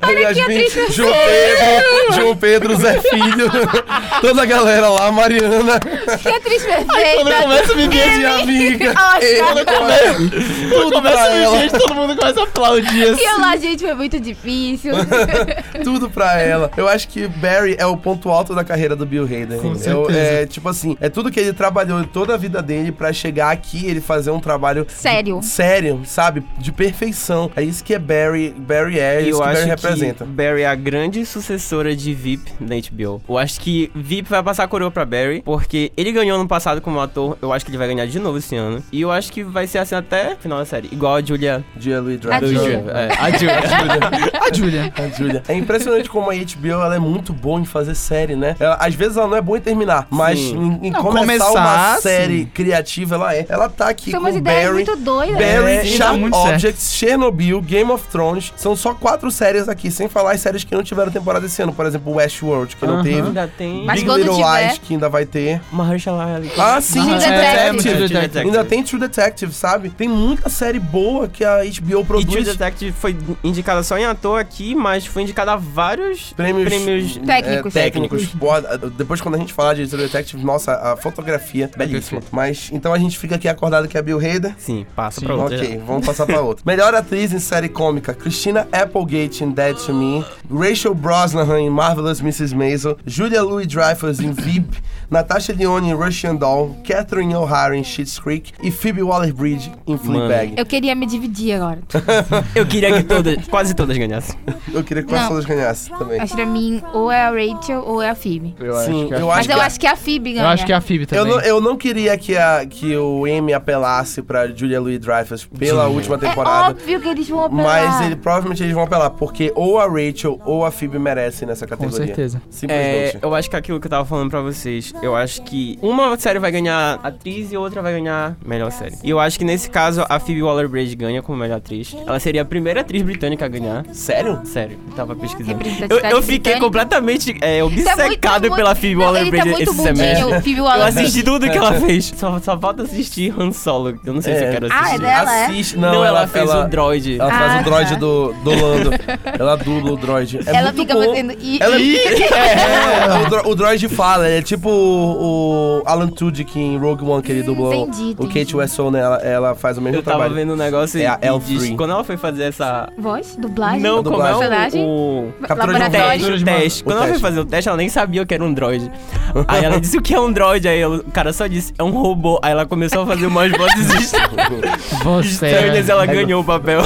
S1: Olha
S3: aqui a triste
S1: João Pedro, João Pedro, Zé Filho, toda a galera lá, Mariana,
S3: Que atriz
S2: Quando
S3: perfeita.
S2: começa a me beijo,
S1: minha amiga.
S3: Oscar.
S1: ele,
S2: tudo começa
S1: pra
S2: a
S1: ela.
S2: me beijo, todo mundo começa a aplaudir assim.
S3: E eu lá, gente, foi muito difícil.
S1: tudo pra ela. Eu acho que Barry é o ponto alto da carreira do Bill Hader.
S2: Com
S1: Eu-
S2: certeza.
S1: é tipo assim, é tudo que ele trabalhou toda a vida dele pra chegar aqui e ele fazer um trabalho
S3: Sério.
S1: sério, sabe? De perfeição. É isso que é Barry, Barry é, é isso
S4: eu
S1: que
S4: acho
S1: Barry
S4: que
S1: representa.
S4: Barry é a grande sucessora de VIP na HBO. Eu acho que VIP vai passar a coroa pra Barry, porque ele ganhou ano passado como ator. Eu acho que ele vai ganhar de novo esse ano. E eu acho que vai ser assim até o final da série. Igual a Julia.
S1: Dia Louis
S3: A
S1: Dreyfus.
S3: Julia.
S4: É.
S2: A Julia. A Julia.
S1: A Julia. É impressionante como a HBO ela é muito boa em fazer série, né? Ela- às vezes ela não é boa em terminar, mas
S4: Sim.
S1: em, em
S2: Não,
S1: começar, uma
S2: começar,
S1: série criativa, ela é. Ela tá aqui
S3: São
S1: com
S3: umas ideias
S1: Barry.
S3: muito doidas.
S1: Barry,
S2: É, e dá
S1: Sharp
S2: muito
S1: Objects, Chernobyl, Game of Thrones. São só quatro séries aqui, sem falar as séries que não tiveram temporada esse ano. Por exemplo, Westworld, que não
S2: Aham.
S1: teve.
S4: Ainda tem.
S3: Mas
S1: Big
S3: quando
S1: Little
S3: tiver-
S1: Lies, que ainda vai ter.
S4: Mahershala Ali. É,
S1: Ah, sim,
S3: True
S1: True
S2: Aham.
S3: Detective.
S1: Detective.
S4: True Detective.
S1: Ainda tem True Detective, sabe? Tem muita série boa que a HBO
S4: E True
S1: produz.
S4: Detective foi indicada só em ator aqui, mas foi indicada a vários
S1: Prêmios, é,
S4: Prêmios
S3: técnicos.
S1: técnicos. Pô, a- depois, quando a gente falar de True Detective, nossa, a fotografia é belíssima. Mas então a gente fica aqui acordado que é a Bill Hader.
S4: Sim, passa
S2: Sim.
S4: pra outra.
S1: Ok, vamos passar pra outra. Melhor atriz em série cômica: Christina Applegate em Dead to Me, Rachel Brosnahan em Marvelous Mrs. Maisel, Julia Louis Dreyfus em VIP, Natasha Lyonne em Russian Doll, Catherine O'Hara em Schitt's Creek e Phoebe Waller-Bridge em Fleabag.
S3: É. Eu queria me dividir agora.
S4: Eu queria que todas, quase todas ganhassem.
S1: Eu, queria que quase
S3: Não.
S1: todas ganhassem também.
S3: Acho que pra mim, ou é a Rachel ou é a Phoebe.
S2: Eu
S1: Sim,
S2: a-
S1: eu
S3: Mas
S1: Acho
S3: eu
S1: que a-
S3: acho que a Phoebe ganha.
S2: Eu acho que é a Phoebe
S1: Eu
S2: também.
S1: não, eu não queria que, a, que o Emmy apelasse pra Julia Louis-Dreyfus pela última
S3: É
S1: temporada.
S3: óbvio que eles vão operar.
S1: mas ele, provavelmente eles vão apelar, porque ou a Rachel ou a Phoebe merecem nessa
S2: Com
S1: categoria.
S2: certeza.
S1: Simplesmente.
S4: É, eu acho que aquilo que eu tava falando pra vocês, eu acho que uma série vai ganhar atriz e outra vai ganhar melhor série. E eu acho que nesse caso a Phoebe Waller-Bridge ganha como melhor atriz. Ela seria a primeira atriz britânica a ganhar.
S1: Sério?
S4: Sério, eu tava pesquisando. Eu,
S3: Representatividade
S4: eu fiquei
S3: britânica.
S4: completamente é,
S3: Tá muito-
S4: obcecado
S3: muito-
S4: pela Phoebe
S3: Não,
S4: Waller-Bridge
S3: Ele tá
S4: esse
S3: muito bundinho,
S4: semestre.
S3: Phoebe
S4: Eu
S3: Waller-Bridge.
S4: assisti tudo que ela fez. Só, só falta assistir Han Solo. Eu não sei se eu
S1: É.
S4: quero
S3: Ah,
S4: assistir.
S3: é dela, é?
S1: Assiste.
S4: Não,
S1: Não,
S4: ela, fez o droid.
S1: Ela
S3: Ah,
S1: faz o
S3: tá.
S1: droid do, do Lando. ela dubla o droid. É
S3: ela
S1: muito
S3: fica
S1: bom.
S3: fazendo... I,
S1: Ela
S3: i.
S1: é, o, dro o droid fala, é tipo o, o Alan Tudyk em Rogue One, que ele dublou.
S3: entendi,
S1: o Kate
S3: entendi.
S1: Wesson, né, ela, ela faz o mesmo
S4: Eu tava
S1: trabalho.
S4: vendo um negócio e,
S1: É a
S4: e
S1: L3.
S4: diz- quando ela foi fazer essa.
S3: Voz? Dublagem?
S4: não, como é o-
S3: Personagem?
S4: o.
S1: Captura de
S3: Laboratório?
S4: Teste, o teste.
S1: O
S4: Quando ela foi
S1: teste.
S4: fazer o teste, ela nem sabia que era um droid. Aí ela disse o que é um droid. Aí eu- o cara só disse, é um robô. Aí ela começou a fazer umas vozes
S2: Você. é
S4: estranhas ela ganhou o papel.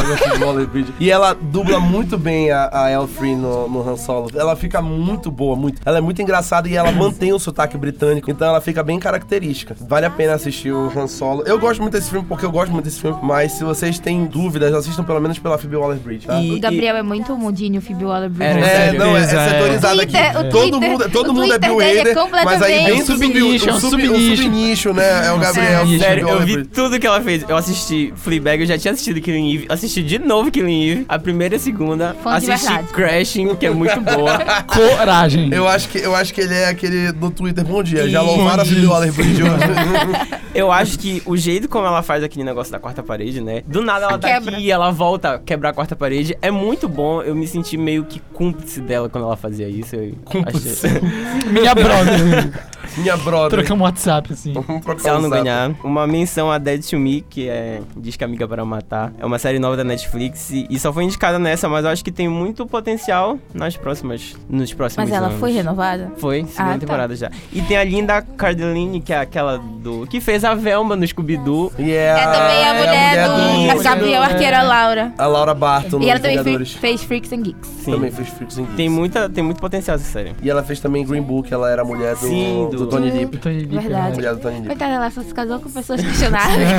S1: E ela dubla muito bem a, a Elfree no, no Han Solo. Ela fica muito boa, muito. Ela é muito engraçada e ela mantém o sotaque britânico, então ela fica bem característica. Vale a pena assistir o Han Solo. Eu gosto muito desse filme porque eu gosto muito desse filme, mas se vocês têm dúvidas, assistam pelo menos pela Phoebe Waller-Bridge, tá?
S4: E-
S3: O Gabriel é muito mundinho, o Phoebe
S4: Era,
S3: Waller-Bridge.
S1: É,
S4: Sério?
S1: não, é, é
S2: Beleza, é.
S1: setorizado aqui.
S3: Twitter- o
S1: todo
S3: Twitter-
S1: mundo, todo
S3: o
S1: mundo é
S3: Twitter
S1: Bill
S3: dele é
S1: Hader, mas aí
S3: completamente- um
S1: dentro do Bill,
S2: É um
S1: o sub, o
S2: subnicho.
S1: subnicho, né? É o Gabriel.
S2: Sério,
S1: Phoebe
S4: Sério, eu vi
S1: Waller-Bridge.
S4: tudo que ela fez. Eu assisti Fleabag, eu já tinha assistido Killing Eve. Assisti de novo Killing Eve, a primeira e a segunda.
S3: Fã de
S4: assisti
S3: verdade.
S4: Crashing, que é muito boa.
S2: Coragem.
S1: Eu acho que eu acho que ele é aquele do Twitter. Bom dia, já
S4: E-
S1: louvaram a Phoebe Waller-Bridge hoje.
S4: Eu acho que o jeito como ela faz aquele negócio da quarta parede, né? Do nada ela tá
S3: Quebra.
S4: aqui e ela volta a quebrar a quarta parede. É muito bom. Eu me senti meio que cúmplice dela quando ela fazia isso. Eu
S1: Cúmplice.
S4: achei-
S2: Minha brother.
S1: Minha brother.
S2: Trocamos WhatsApp, assim.
S1: Vamos trocar um
S4: Se um ela não
S1: o zap.
S4: ganhar, uma menção a Dead to Me, que é Diz que Amiga para Matar. É uma série nova da Netflix e e só foi indicada nessa, mas eu acho que tem muito potencial nas próximas, nos próximos
S3: Mas ela
S4: anos.
S3: foi renovada?
S4: Foi, segunda
S3: Ah, tá.
S4: temporada já. E tem a linda Cardellini, que é aquela do. que fez a Velma no Scooby-Doo.
S1: E é,
S3: É também a mulher,
S2: mulher
S3: do,
S2: do-
S3: a Gabriel Arqueira Laura.
S1: A Laura Barton
S3: E
S1: nos
S3: ela também
S1: Vingadores.
S3: fe- fez Freaks and Geeks.
S4: Sim.
S1: Também fez Freaks and Geeks.
S4: Tem, muita, tem muito potencial essa série.
S1: E ela fez também Green Book, ela era a mulher do,
S4: Sim,
S1: do...
S4: do-
S1: Tony Lip.
S2: Tony Lip,
S3: Verdade.
S1: Mulher do Tony Lip.
S3: Coitada, ela só se casou com pessoas questionáveis.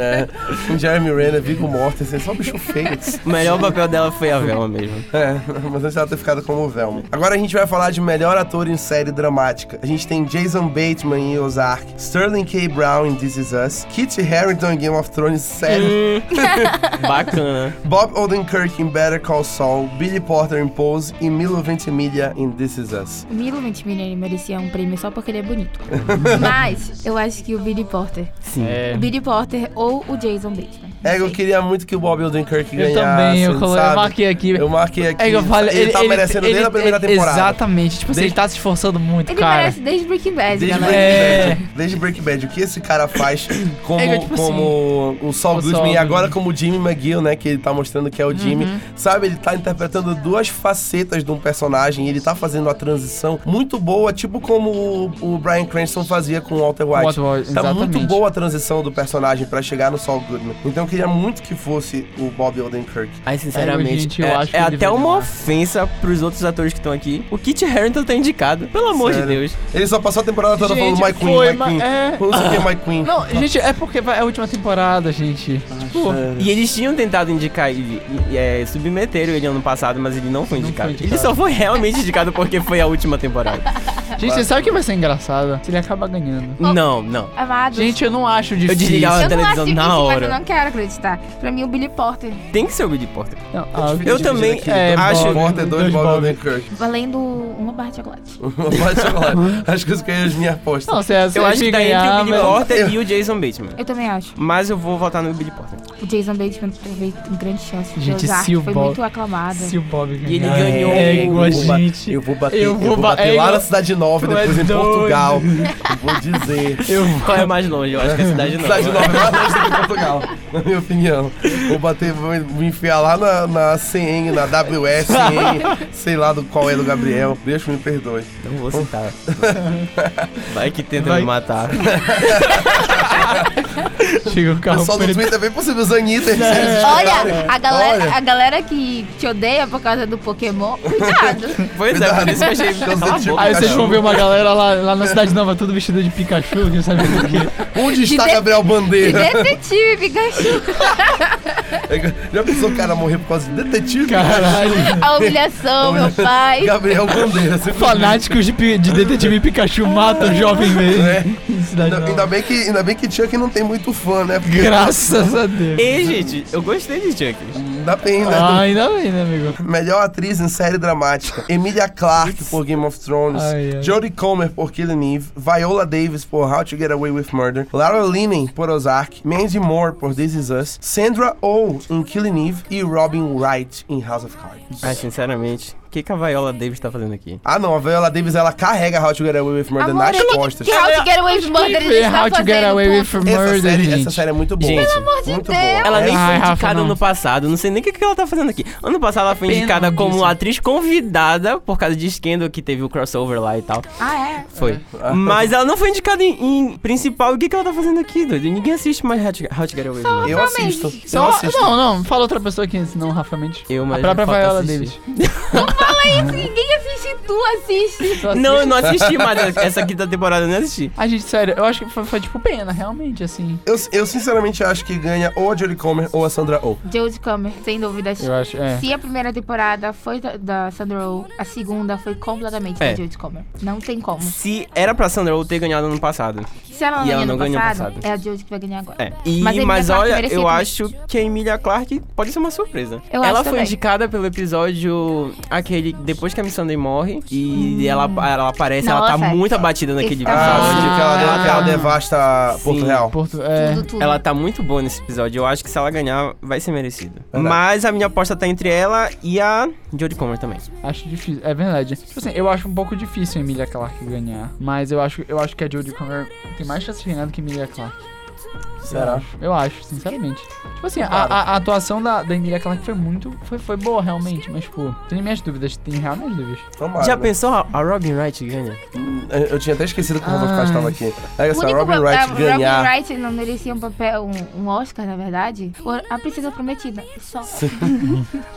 S1: É. Com Jeremy Renner, Viggo Mortensen, só bicho feio.
S4: O melhor papel dela foi a Velma mesmo.
S1: É, mas antes ela ter ficado como Velma. Agora a gente vai falar de melhor ator em série dramática. A gente tem Jason Bateman em Ozark, Sterling K. Brown em This Is Us, Kit Harington em Game of Thrones,
S4: É.
S2: Hum.
S1: série,
S4: Hum. Bacana.
S1: Bob Odenkirk em Better Call Saul, Billy Porter em Pose e Milo Ventimiglia em This Is Us.
S3: O Milo Ventimiglia ele merecia um prêmio só porque ele é bonito. Mas eu acho que o Billy Porter.
S4: Sim.
S2: É.
S3: O Billy Porter ou o Jason Bateman.
S1: É, eu queria muito que o Bob Odenkirk
S2: Eu
S1: ganhasse,
S2: também, eu, colo... eu
S1: sabe?
S2: marquei aqui.
S1: Eu marquei aqui.
S2: É que eu falei,
S1: ele, tá merecendo desde a primeira
S2: ele-
S1: temporada.
S2: Exatamente. Tipo, assim,
S1: Desde-
S2: ele tá se esforçando muito,
S3: Ele
S2: cara.
S3: merece desde Breaking Bad,
S1: Desde
S3: galera.
S1: Breaking,
S2: É.
S1: Bad, desde Breaking Bad, o que esse cara faz como,
S2: É, tipo assim,
S1: como o Saul
S2: o Saul Uhum.
S1: Goodman e agora
S2: Goodman.
S1: como o Jimmy McGill, né? Que ele tá mostrando que é o Jimmy. Sabe, ele tá interpretando duas facetas de um personagem e ele tá fazendo a transição muito boa, tipo como o, o Brian Cranston fazia com o Walter White.
S2: Walter White,
S1: tá muito
S2: exatamente.
S1: boa a transição do personagem pra chegar no Saul Goodman. Então eu queria muito que fosse o Bob Odenkirk.
S4: Ai, sinceramente,
S2: É, gente, eu
S4: é,
S2: acho que
S4: é
S2: ele
S4: até
S2: vai
S4: uma
S2: ganhar.
S4: ofensa pros outros atores que estão aqui. O Kit Harington tá indicado, pelo amor
S1: Sério.
S4: de Deus.
S1: Ele só passou a temporada toda
S2: Gente,
S1: falando My Queen,
S2: foi,
S1: My
S2: mas
S1: Queen.
S2: é-
S1: Não sei o que é My Queen.
S2: Não, gente, é porque vai- é a última temporada, gente.
S1: Ah,
S2: tipo,
S1: é.
S4: E eles tinham tentado indicar ele, e, é, submeteram ele ano passado, mas ele não foi
S2: Não
S4: indicado.
S2: foi indicado.
S4: Ele só foi realmente indicado porque foi a última temporada.
S2: gente, você sabe que vai ser engraçado? Se ele acaba ganhando.
S4: Não, não.
S3: Amados.
S2: Gente, eu não acho difícil.
S4: desligava-
S3: eu não acho
S4: televisão
S3: difícil,
S4: na
S3: mas
S4: hora.
S3: eu não quero acreditar. Pra mim, o Billy Porter.
S4: Tem que ser o Billy Porter.
S2: Não, ah,
S1: difícil
S4: Eu
S1: dividir
S4: também,
S1: aqui.
S2: é,
S1: acho
S2: Bob-
S1: Porter dois
S2: dois
S1: Bob
S2: Bob.
S1: Odenkirk.
S3: Valendo uma barra de chocolate.
S1: Pode falar. Acho que eu escolhi as minhas apostas.
S2: Não, se é, se
S4: Eu acho
S2: ele
S4: que tá entre o
S2: ganhar,
S4: Billy
S2: mas-
S4: Porter e o Jason Bateman.
S3: Eu também acho.
S4: Mas eu vou votar no Billy Porter.
S3: O Jason Bateman teve um grande chance. porque
S2: Gente,
S3: o Zark
S2: se o
S3: foi
S2: Bob-
S3: muito aclamado.
S2: Ah, Se o Bob ganhar.
S4: E ele ganhou
S2: É
S4: o-
S2: igual a
S1: Eu vou ba-
S2: gente.
S1: Eu vou bater, eu
S2: Eu
S1: vou
S2: vou ba-
S1: bater
S2: é
S1: lá
S2: igual-
S1: na Cidade Nova,
S2: Tu
S1: depois
S2: é
S1: em
S2: doido.
S1: Portugal. Eu vou dizer.
S2: Eu
S4: Qual é mais longe? Eu acho que é a cidade não.
S1: Cidade Nova é mais longe do que Portugal, na minha opinião. Vou bater, vou me enfiar lá na, na CN, na WSN, sei lá do qual é do Gabriel. Deus me perdoe.
S4: Não vou citar. Vai que tenta
S2: Vai.
S4: me matar.
S2: Chega o
S1: O
S2: carro
S1: pessoal do
S2: preto.
S1: Twitter é bem possível, os Anitters.
S2: É.
S1: eles
S3: Olha, a galera,
S1: Olha.
S3: a galera que te odeia por causa do Pokémon, cuidado.
S4: Pois é, por isso que eu achei.
S1: Cuidado.
S4: Cala a boca.
S2: Aí vocês vão ver uma galera lá, lá na Cidade Nova, tudo vestida de Pikachu, que sabe por quê.
S1: Onde está
S3: de-
S1: Gabriel Bandeira? É
S3: Detetive Pikachu.
S1: Já pensou o cara morrer por causa de detetive?
S2: Caralho.
S3: A humilhação, meu pai.
S1: Gabriel Bandeira. simplesmente.
S2: Fanáticos de, pi- de detetive Pikachu matam o jovem mesmo.
S1: É.
S2: Em Cidade
S1: Ainda,
S2: Nova.
S1: ainda bem que, ainda bem que Chuck não tem muito fã, né? Porque
S2: Graças a Deus.
S4: Ei, gente, eu gostei de Chuck.
S1: dá bem, né?
S2: Ah, ainda bem, né, amigo?
S1: Melhor atriz em série dramática. Emilia Clarke por Game of Thrones.
S2: Ai, ai.
S1: Jodie Comer por Killing Eve. Viola Davis por How to Get Away with Murder. Lara Linney por Ozark. Mandy Moore por This Is Us. Sandra Oh em Killing Eve. E Robin Wright em House of Cards.
S4: Ah, sinceramente, o que, que a Viola Davis tá fazendo aqui?
S1: Ah não, a Viola Davis ela carrega How to Get Away with Murder
S3: Amor,
S1: nas
S3: eu-
S1: costas.
S3: Que How to Get Away with Murder eles estão
S2: How to get
S3: fazendo,
S2: away
S3: pô.
S2: with
S1: Essa
S2: murder,
S1: série,
S2: gente.
S1: essa série é muito boa.
S4: Gente, Pelo
S3: amor de
S1: muito
S3: Deus.
S1: boa.
S4: Ela nem
S2: É. Ai,
S4: foi
S2: Rafa,
S4: indicada
S2: não.
S4: ano passado, não sei nem o que, que ela tá fazendo aqui. Ano passado ela foi
S2: Pena
S4: indicada como
S2: disso.
S4: atriz convidada por causa de Scandal, que teve o crossover lá e tal.
S3: Ah, é?
S4: Foi. Mas ela não foi indicada em, em principal. O que, que ela tá fazendo aqui, doido? Ninguém assiste mais How to, How to Get Away. with Murder.
S1: Eu assisto.
S3: Realmente.
S1: Eu
S2: Só,
S1: assisto.
S2: não, não, fala outra pessoa aqui, senão Rafa Mendes.
S4: Eu, mas
S2: a própria
S4: falta
S2: Viola
S4: assistir.
S2: Davis.
S3: Fala isso, ninguém assiste, tu assiste.
S4: Não, eu não assisti mais essa quinta temporada, eu não assisti.
S2: A gente, sério, eu acho que foi, foi, tipo pena, realmente, assim.
S1: Eu, eu sinceramente acho que ganha ou a Jodie Comer ou a Sandra Oh.
S3: Jodie Comer, sem dúvidas.
S2: Eu acho, é.
S3: Se a primeira temporada foi da- da Sandra Oh, a segunda foi completamente
S4: É.
S3: da Jodie Comer. Não tem como.
S4: Se era pra Sandra ou ter ganhado ano passado.
S3: Se ela não,
S4: E
S3: ganhou
S4: ela
S3: no
S4: não ganhou no
S3: passado,
S4: passado.
S3: é a Jodie que vai ganhar agora.
S4: É. E, mas
S3: Mas Emilia Clarke
S4: olha,
S3: merecia
S4: eu
S3: também.
S4: acho que a Emilia Clarke pode ser uma surpresa.
S3: né? Eu
S4: ela
S3: acho
S4: foi
S3: também.
S4: indicada pelo episódio aquele depois que a Miss Sunday morre e ela, ela aparece, ela tá
S3: Hum. Nossa. é
S4: muito abatida naquele
S3: Esse tá
S1: Ah,
S4: episódio.
S1: onde que ela,
S2: Ah,
S1: que ela
S4: tá-
S1: devasta Porto
S4: Sim.
S1: Real.
S2: Porto, é,
S3: Tudo, tudo.
S4: Ela tá muito boa nesse episódio. Eu acho que se ela ganhar, vai ser merecido.
S1: Verdade.
S4: Mas a minha aposta tá entre ela e a Jodie Comer também.
S2: acho difícil. É verdade. Tipo assim, eu acho um pouco difícil a Emilia Clarke ganhar. Mas eu acho, eu acho que a Jodie Comer tem mais chance de ganhar do que a Emilia Clarke. Eu
S1: Será?
S2: acho, eu acho, sinceramente. Tipo assim, a, a- a atuação da, da Emilia Clarke foi muito. Foi, foi boa, realmente. Mas, tipo, tenho minhas dúvidas. Tenho real minhas dúvidas.
S1: Tomara,
S4: Já
S1: né?
S4: pensou a a Robin Wright ganha?
S1: Eu- Eu tinha até esquecido que o Rodolfo
S2: Ai.
S1: Castro tava aqui. Olha
S3: O
S1: só,
S3: único
S1: Robin
S3: papel-
S1: Wright
S3: Robin
S1: ganhar.
S3: Wright não merecia um papel, um, um Oscar, na verdade. Por A Princesa Prometida. é Só.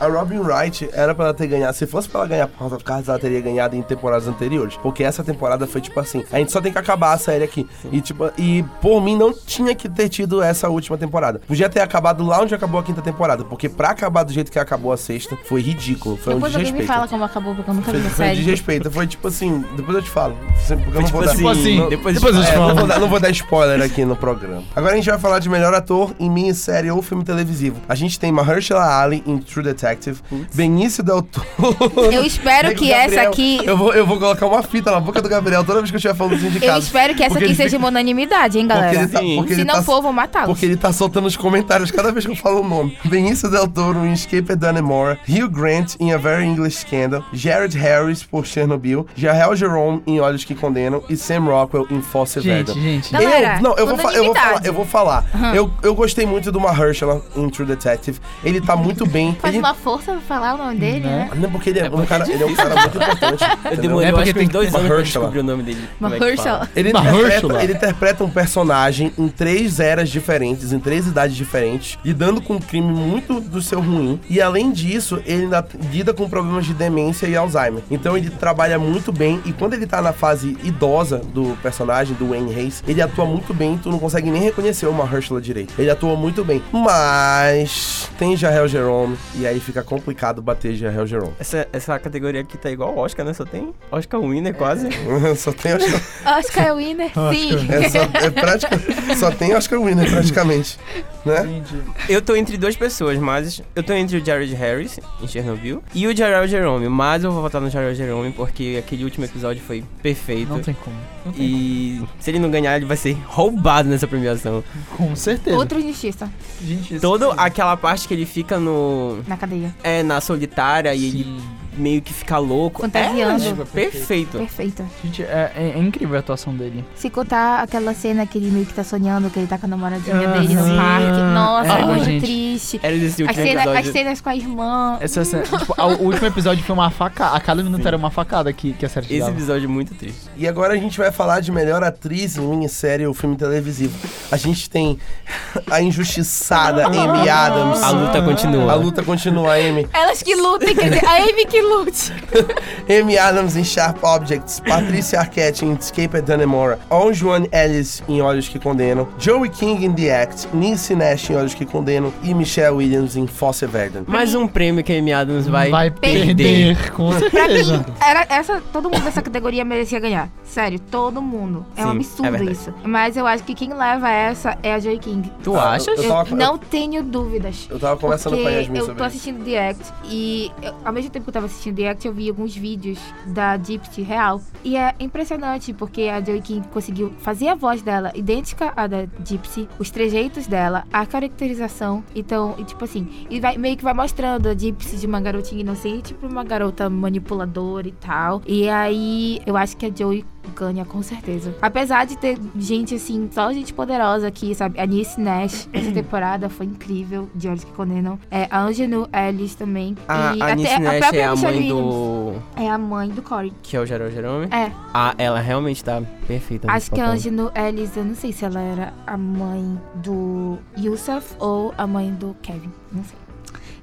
S1: A Robin Wright era pra ela ter ganhado. Se fosse pra ela ganhar por House of Cards, ela teria ganhado em temporadas anteriores. Porque essa temporada foi tipo assim: a gente só tem que acabar a série aqui. E tipo, e por mim não tinha que ter tido essa última temporada. Podia ter acabado lá onde acabou a quinta temporada. Porque pra acabar do jeito que acabou a sexta, foi ridículo. Foi
S3: Depois
S1: um
S3: alguém me
S1: desrespeito.
S3: fala como acabou, porque eu nunca
S1: Foi,
S3: vi a
S1: foi
S3: série.
S1: desrespeito. Foi tipo assim: depois eu te falo. Sempre porque eu não vou dar.
S2: Tipo assim,
S4: não-
S2: depois
S4: depois
S2: eu
S4: eu
S2: te
S1: É,
S2: falo.
S1: não, vou dar, não vou dar spoiler aqui no programa. Agora a gente vai falar de melhor ator em minissérie ou filme televisivo. A gente tem Mahershala Ali em True Detective, Benício Del Toro.
S3: Eu espero
S1: Nego
S3: que
S1: Gabriel.
S3: essa aqui.
S1: Eu vou, eu vou colocar uma fita na boca do Gabriel toda vez que eu estiver falando dos
S3: Eu
S1: indicados.
S3: espero que essa
S1: Porque
S3: aqui
S1: ele
S3: seja uma unanimidade, hein,
S1: Porque
S3: galera?
S1: ele tá,
S4: Sim.
S1: porque
S3: Se
S1: ele
S3: não
S1: tá,
S3: for, vou matá-los.
S1: porque ele tá soltando os comentários cada vez que eu falo o nome. Benício Del Toro em Escape at Dunamore, Hugh Grant em A Very English Scandal, Jared Harris por Chernobyl, Jael Jerome em Olhos que Condenam e Sam Rockwell em Fosse
S2: Gente,
S1: Verdon.
S2: gente.
S3: Não, Galera,
S1: eu, não, eu vou, fa- eu vou
S3: unanimidade.
S1: falar, eu vou falar. Eu, eu gostei muito do Mahershala em True Detective. Ele tá muito bem.
S3: Faz
S1: ele...
S3: uma força pra falar o nome dele,
S2: Né?
S3: né?
S1: Não, porque ele é, um cara, ele é um cara muito importante.
S4: Eu
S1: entendeu?
S4: demorei
S2: É porque
S4: acho que
S2: tem
S4: uns
S2: que
S4: dois
S1: ter
S4: anos pra
S1: Mahershala.
S4: descobrir o nome dele. Como é que
S3: Mahershala.
S4: fala?
S1: Ele
S2: Mahershala.
S1: interpreta, ele interpreta um personagem em três eras diferentes, em três idades diferentes, lidando com um crime muito do seu ruim. E além disso, ele ainda lida com problemas de demência e Alzheimer. Então ele trabalha muito bem. E quando ele tá na fase idosa do personagem, do Wayne Hayes, ele atua muito bem. Tu não consegue nem reconhecer o Mahershala direito. Ele atua muito bem. Mas tem Jael Jerome. E aí fica complicado bater Jael Jerome.
S4: Essa, essa categoria aqui tá igual Oscar, né? Só tem Oscar Winner quase.
S1: só tem Oscar,
S3: Oscar é Winner, sim.
S1: é só, é pratica- só tem Oscar Winner praticamente, né?
S2: Gente,
S4: Eu tô entre duas pessoas, mas eu tô entre o Jared Harris, em Chernobyl, e o Jared Jerome, mas eu vou votar no Jared Jerome porque aquele último episódio foi perfeito.
S2: não tem como. Não tem
S4: E se ele não ganhar, ele vai ser roubado nessa premiação.
S2: como. Com certeza.
S3: Outra injustiça
S2: Gente, isso-
S4: Toda aquela parte que ele fica no.
S3: na cadeia.
S4: É, na solitária e ele
S2: Sim.
S4: meio que fica louco. É,
S3: Fantasiando.
S4: tipo,
S1: Então.
S4: perfeito.
S3: Perfeita.
S2: Gente, é, é- é incrível a atuação dele.
S3: Se contar aquela cena que ele meio que tá sonhando, que ele tá com a namoradinha
S1: Ah,
S3: dele
S2: Sim.
S3: no parque. Nossa,
S2: É,
S3: é muito
S2: gente.
S3: triste.
S4: Era esse
S3: As
S4: último
S3: cenas, as
S4: episódio.
S3: cenas com a irmã.
S2: Essa, cena- tipo, a- o último episódio foi uma facada. A cada minuto
S4: Sim.
S2: era uma facada que, que a série te
S4: Esse
S2: dava.
S4: episódio é muito triste.
S1: E agora a gente vai falar de melhor atriz em minissérie ou filme televisivo. A gente tem a injustiçada Amy Adams.
S4: Ah. A luta continua.
S1: A luta continua, Amy.
S3: Elas que lutem, quer dizer, a Amy que lute.
S1: Amy Adams em Sharp Objects, Patricia Arquette em Escape at Dunamore, On Joan Ellis em Olhos que Condenam, Joey King em The Act, Nancy Nash em Olhos que Condenam e Michelle Williams em Fosse Verdon.
S4: Mais um prêmio que a Amy Adams vai,
S2: Vai
S4: perder.
S2: perder, com
S3: Pra mim,
S2: certeza.
S3: era essa, todo mundo dessa categoria merecia ganhar. Sério, todo mundo. É um
S4: Sim, é
S3: absurdo
S4: verdade.
S3: isso. Mas eu acho que quem leva essa é a Joy King.
S4: Tu
S1: Ah,
S4: acha?
S1: Eu
S3: Eu
S1: tava-
S3: não tenho dúvidas.
S1: Eu tava conversando
S3: porque
S1: com a Yasmin
S3: eu tô
S1: sobre isso.
S3: assistindo The Act e eu- ao mesmo tempo que eu tava assistindo The Act, eu vi alguns vídeos da Gypsy real. E é impressionante, porque a Joey King conseguiu fazer a voz dela idêntica à da Gypsy, os trejeitos dela, a caracterização. Então, e tipo assim, e vai- meio que vai mostrando a Gypsy de uma garotinha inocente pra uma garota manipuladora e tal. E aí, eu acho que a Joey ganha com certeza. Apesar de ter gente assim, só gente poderosa aqui, sabe? A Nice Nash, essa temporada foi incrível, de Olhos que Condenam. É, a Angelou Ellis também.
S4: A,
S3: e
S4: a Nancy Nash é a
S3: Michelle
S4: mãe
S3: Williams
S4: do.
S3: É a mãe do Corey.
S4: Que é o Gerald Jerome.
S3: É.
S4: Ah, ela realmente tá perfeita. nesse
S3: Acho que a
S4: papel.
S3: Angelou Ellis, eu não sei se ela era a mãe do Yusuf ou a mãe do Kevin. Não sei.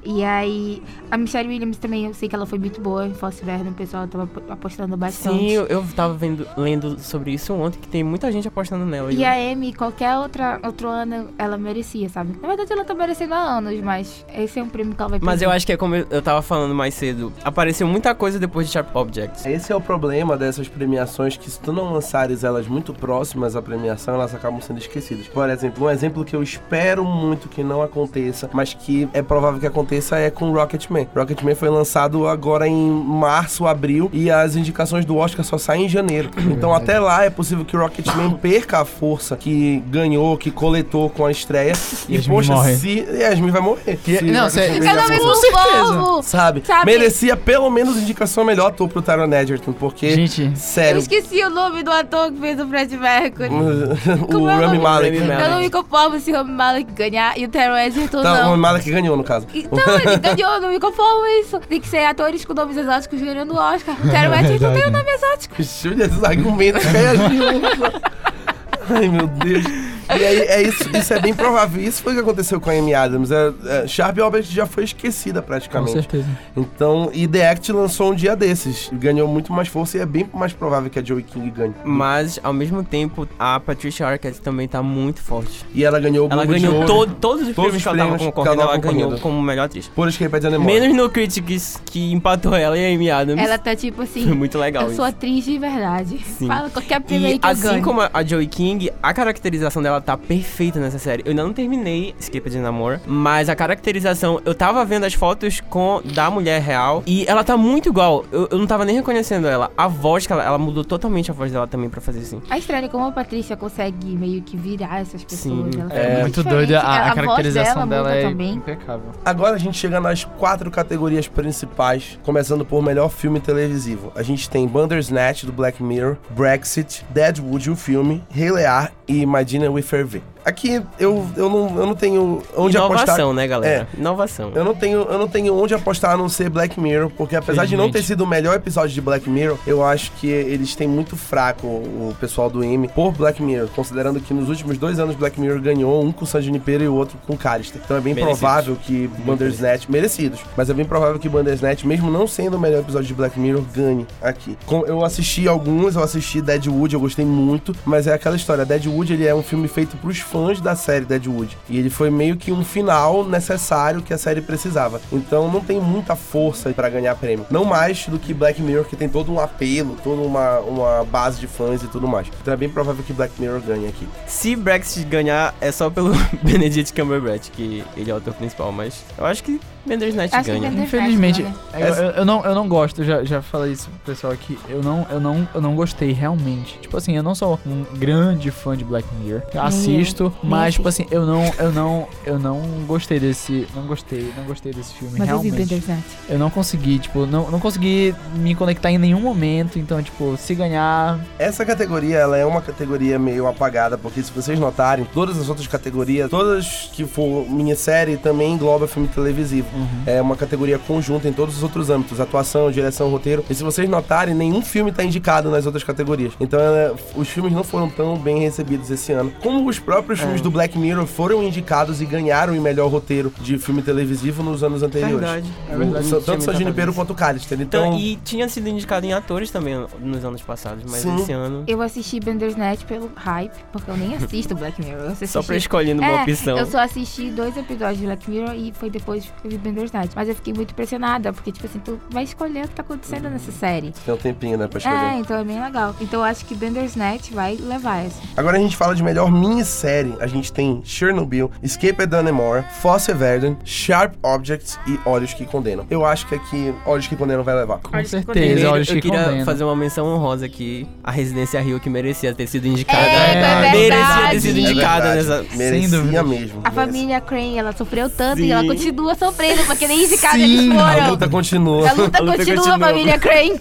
S3: E aí, a Michelle Williams também, eu sei que ela foi muito boa em Fosse Verno, o pessoal tava ap- apostando bastante.
S4: Sim, eu, eu tava vendo, lendo sobre isso ontem, que tem muita gente apostando nela.
S3: E
S4: eu-
S3: a Amy, qualquer outra, outro ano, ela merecia, sabe? Na verdade, ela tá merecendo há anos, mas esse é um prêmio que ela vai
S4: Mas
S3: perder.
S4: eu acho que é como eu- eu tava falando mais cedo. Apareceu muita coisa depois de Sharp Objects.
S1: Esse é o problema dessas premiações que se tu não lançares elas muito próximas à premiação, elas acabam sendo esquecidas. Por exemplo, um exemplo que eu espero muito que não aconteça, mas que é provável que aconteça é com Rocketman. Rocketman foi lançado agora em março, abril e as indicações do Oscar só saem em janeiro. Então
S2: Verdade.
S1: até lá é possível que Rocketman perca a força que ganhou, que coletou com a estreia. E,
S2: Yasmin
S1: poxa,
S2: morre. é-
S1: se Yasmin vai morrer. Se
S2: não, cê-
S1: Rocketman
S2: Eu
S1: ganhar
S3: Cada vez
S1: força.
S2: Com
S3: um
S2: certeza.
S3: povo!
S1: Sabe?
S3: Sabe-
S1: Merecia pelo menos indicação melhor tu pro Taron Edgerton, porque.
S2: Gente,
S3: Eu
S1: Sério.
S3: esqueci o nome do ator que fez o Fred Mercury.
S4: Hum,
S1: o
S3: Como é o
S1: Rami
S3: nome?
S1: Malek.
S4: Rami Malek.
S3: Eu não me conformo se o Rami Malek ganhar e o Taron Edgerton
S1: Tá, o
S3: não.
S1: Rami Malek ganhou, no caso.
S3: Então,
S4: É
S3: ele ganhou, eu não me conformo com isso. Tem que ser atores com nomes exóticos ganhando o Oscar.
S4: É
S3: O Taron Edgerton tem um nome exótico.
S1: Júlia, esses argumentos que a gente Ai, meu Deus. E aí, é isso, isso é bem provável. Isso foi o que aconteceu com a Amy Adams. É, é, Sharp Albert já foi esquecida
S2: com
S1: praticamente.
S2: certeza.
S1: Então, e The Act lançou um dia desses. Ganhou muito mais força e é bem mais provável que a Joey King ganhe.
S4: Mas, ao mesmo tempo, a Patricia Arquette também tá muito forte.
S1: E ela ganhou o
S4: Ela
S1: Globo de
S4: ganhou
S1: Ouro
S4: todo- todos
S1: Todos
S4: os prêmios
S1: os
S4: que ela tava
S1: prêmios que ela
S4: concorrendo,
S1: tava
S4: ela ganhou
S1: concorrendo.
S4: como melhor atriz.
S1: por Escape at the Memorial.
S4: Menos no Critics, que empatou ela e a Amy Adams.
S3: Ela tá tipo
S4: Foi
S3: assim,
S4: muito legal
S3: eu
S4: isso.
S3: sou atriz de verdade.
S4: Sim.
S3: Fala qualquer primeiro
S4: E
S3: que eu
S4: assim
S3: ganho.
S4: como a Joey King, a caracterização dela tá perfeita nessa série. Eu ainda não terminei Escape de Namor, mas a caracterização, eu tava vendo as fotos com da mulher real e ela tá muito igual. Eu, eu não tava nem reconhecendo ela. A voz que ela, ela mudou totalmente a voz dela também pra fazer assim.
S3: É estranho como a Patrícia consegue meio que virar essas pessoas.
S4: Sim.
S3: Ela
S1: É,
S3: fica
S2: muito
S3: diferente.
S2: doida. A, a
S3: voz
S2: caracterização dela,
S3: muda
S2: é
S3: também.
S2: impecável.
S1: Agora a gente chega nas quatro categorias principais, começando por melhor filme televisivo. A gente tem Bandersnatch, do Black Mirror, Brexit, Deadwood, o filme, Rei Lear e Imagine with Fervor. Aqui eu, eu, não, eu não tenho onde
S4: Inovação,
S1: apostar.
S4: né, galera? Inovação.
S1: Eu não, tenho, eu não tenho onde apostar a não ser Black Mirror, porque apesar de não ter
S2: Felizmente.
S1: sido o melhor episódio de Black Mirror, eu acho que eles têm muito fraco o pessoal do M por Black Mirror, considerando que nos últimos dois anos Black Mirror ganhou um com San Junipero e o outro com Callister. Então é bem
S4: Merecidos.
S1: provável que Bandersnatch, merecidos, mas é bem provável que Bandersnatch, mesmo não sendo o melhor episódio de Black Mirror, ganhe aqui. Com- eu assisti alguns, eu assisti Deadwood, eu gostei muito, mas é aquela história, Deadwood ele é um filme feito pros fãs da série Deadwood, e ele foi meio que um final necessário que a série precisava. Então não tem muita força pra ganhar prêmio, não mais do que Black Mirror, que tem todo um apelo, toda uma, uma base de fãs e tudo mais. Então é bem provável que Black Mirror ganhe aqui.
S4: Se Brexit ganhar, é só pelo Benedict Cumberbatch, que ele é o ator principal, mas eu acho que Bandersnatch
S3: Acho que
S4: ganha.
S3: Bandersnatch
S2: Infelizmente,
S3: ganha.
S2: É, eu, eu- eu não, eu não gosto, eu já, já falei isso pro pessoal aqui. Eu não, eu, não, eu não gostei realmente. Tipo assim, eu não sou um grande fã de Black Mirror. Eu assisto,
S3: eu. Nem
S2: mas tipo assim, eu não, eu não, eu não gostei desse, não gostei, não gostei desse filme
S3: Mas eu vi
S2: realmente.
S3: Bandersnatch.
S2: Eu não consegui, tipo, não, não consegui me conectar em nenhum momento, então tipo, se ganhar,
S1: Essa categoria, ela é uma categoria meio apagada, porque se vocês notarem, todas as outras categorias, todas que for minissérie, também engloba filme televisivo.
S4: Uhum.
S1: É uma categoria conjunta em todos os outros âmbitos, atuação, direção, roteiro. E se vocês notarem, nenhum filme tá indicado nas outras categorias. Então, ela- os filmes não foram tão bem recebidos esse ano. Como os
S4: É.
S1: próprios filmes do Black Mirror foram indicados e ganharam em melhor roteiro de filme televisivo nos anos anteriores.
S4: Verdade.
S2: É verdade,
S1: O-
S2: não tinha
S1: tanto San
S2: muita
S1: Junipero
S2: cabeça.
S1: quanto Callister. Então,
S4: Então, e tinha sido indicado em atores também nos anos passados, mas
S1: Sim.
S4: esse ano.
S3: Eu assisti Bandersnatch pelo hype, porque eu nem assisto Black Mirror. Eu
S4: Só pra
S3: assisti-
S4: escolhendo uma
S3: é,
S4: opção.
S3: Eu só assisti dois episódios de Black Mirror e foi depois que eu vi Bandersnatch. Mas eu fiquei muito impressionada, porque, tipo assim, tu vai escolher o que tá acontecendo
S4: Hum,
S3: nessa série.
S1: tem um tempinho, né, pra escolher.
S3: É, então é bem legal. Então eu acho que Bandersnatch vai levar essa.
S1: Agora a gente fala de melhor minissérie. A gente tem Chernobyl, Escape at Dunnemore, Fosse Verdon, Sharp Objects e Olhos que Condenam. Eu acho que aqui Olhos que Condenam vai levar.
S2: com certeza,
S4: Primeiro,
S2: olha,
S4: eu
S2: que
S4: queria
S2: condena.
S4: fazer uma menção honrosa aqui. A Residência Rio que merecia ter sido indicada.
S2: É, é
S4: merecia ter
S3: verdade.
S4: sido
S3: É
S4: indicada nessa.
S1: verdade. Merecia
S2: dúvida.
S1: mesmo.
S3: A
S1: merecia.
S3: família Crane, ela sofreu tanto
S4: Sim.
S3: e ela continua sofrendo, porque nem indicada
S2: Sim.
S3: eles
S1: A
S3: foram.
S1: luta continua.
S3: A luta,
S4: A luta
S3: continua,
S4: continua.
S3: família Crane.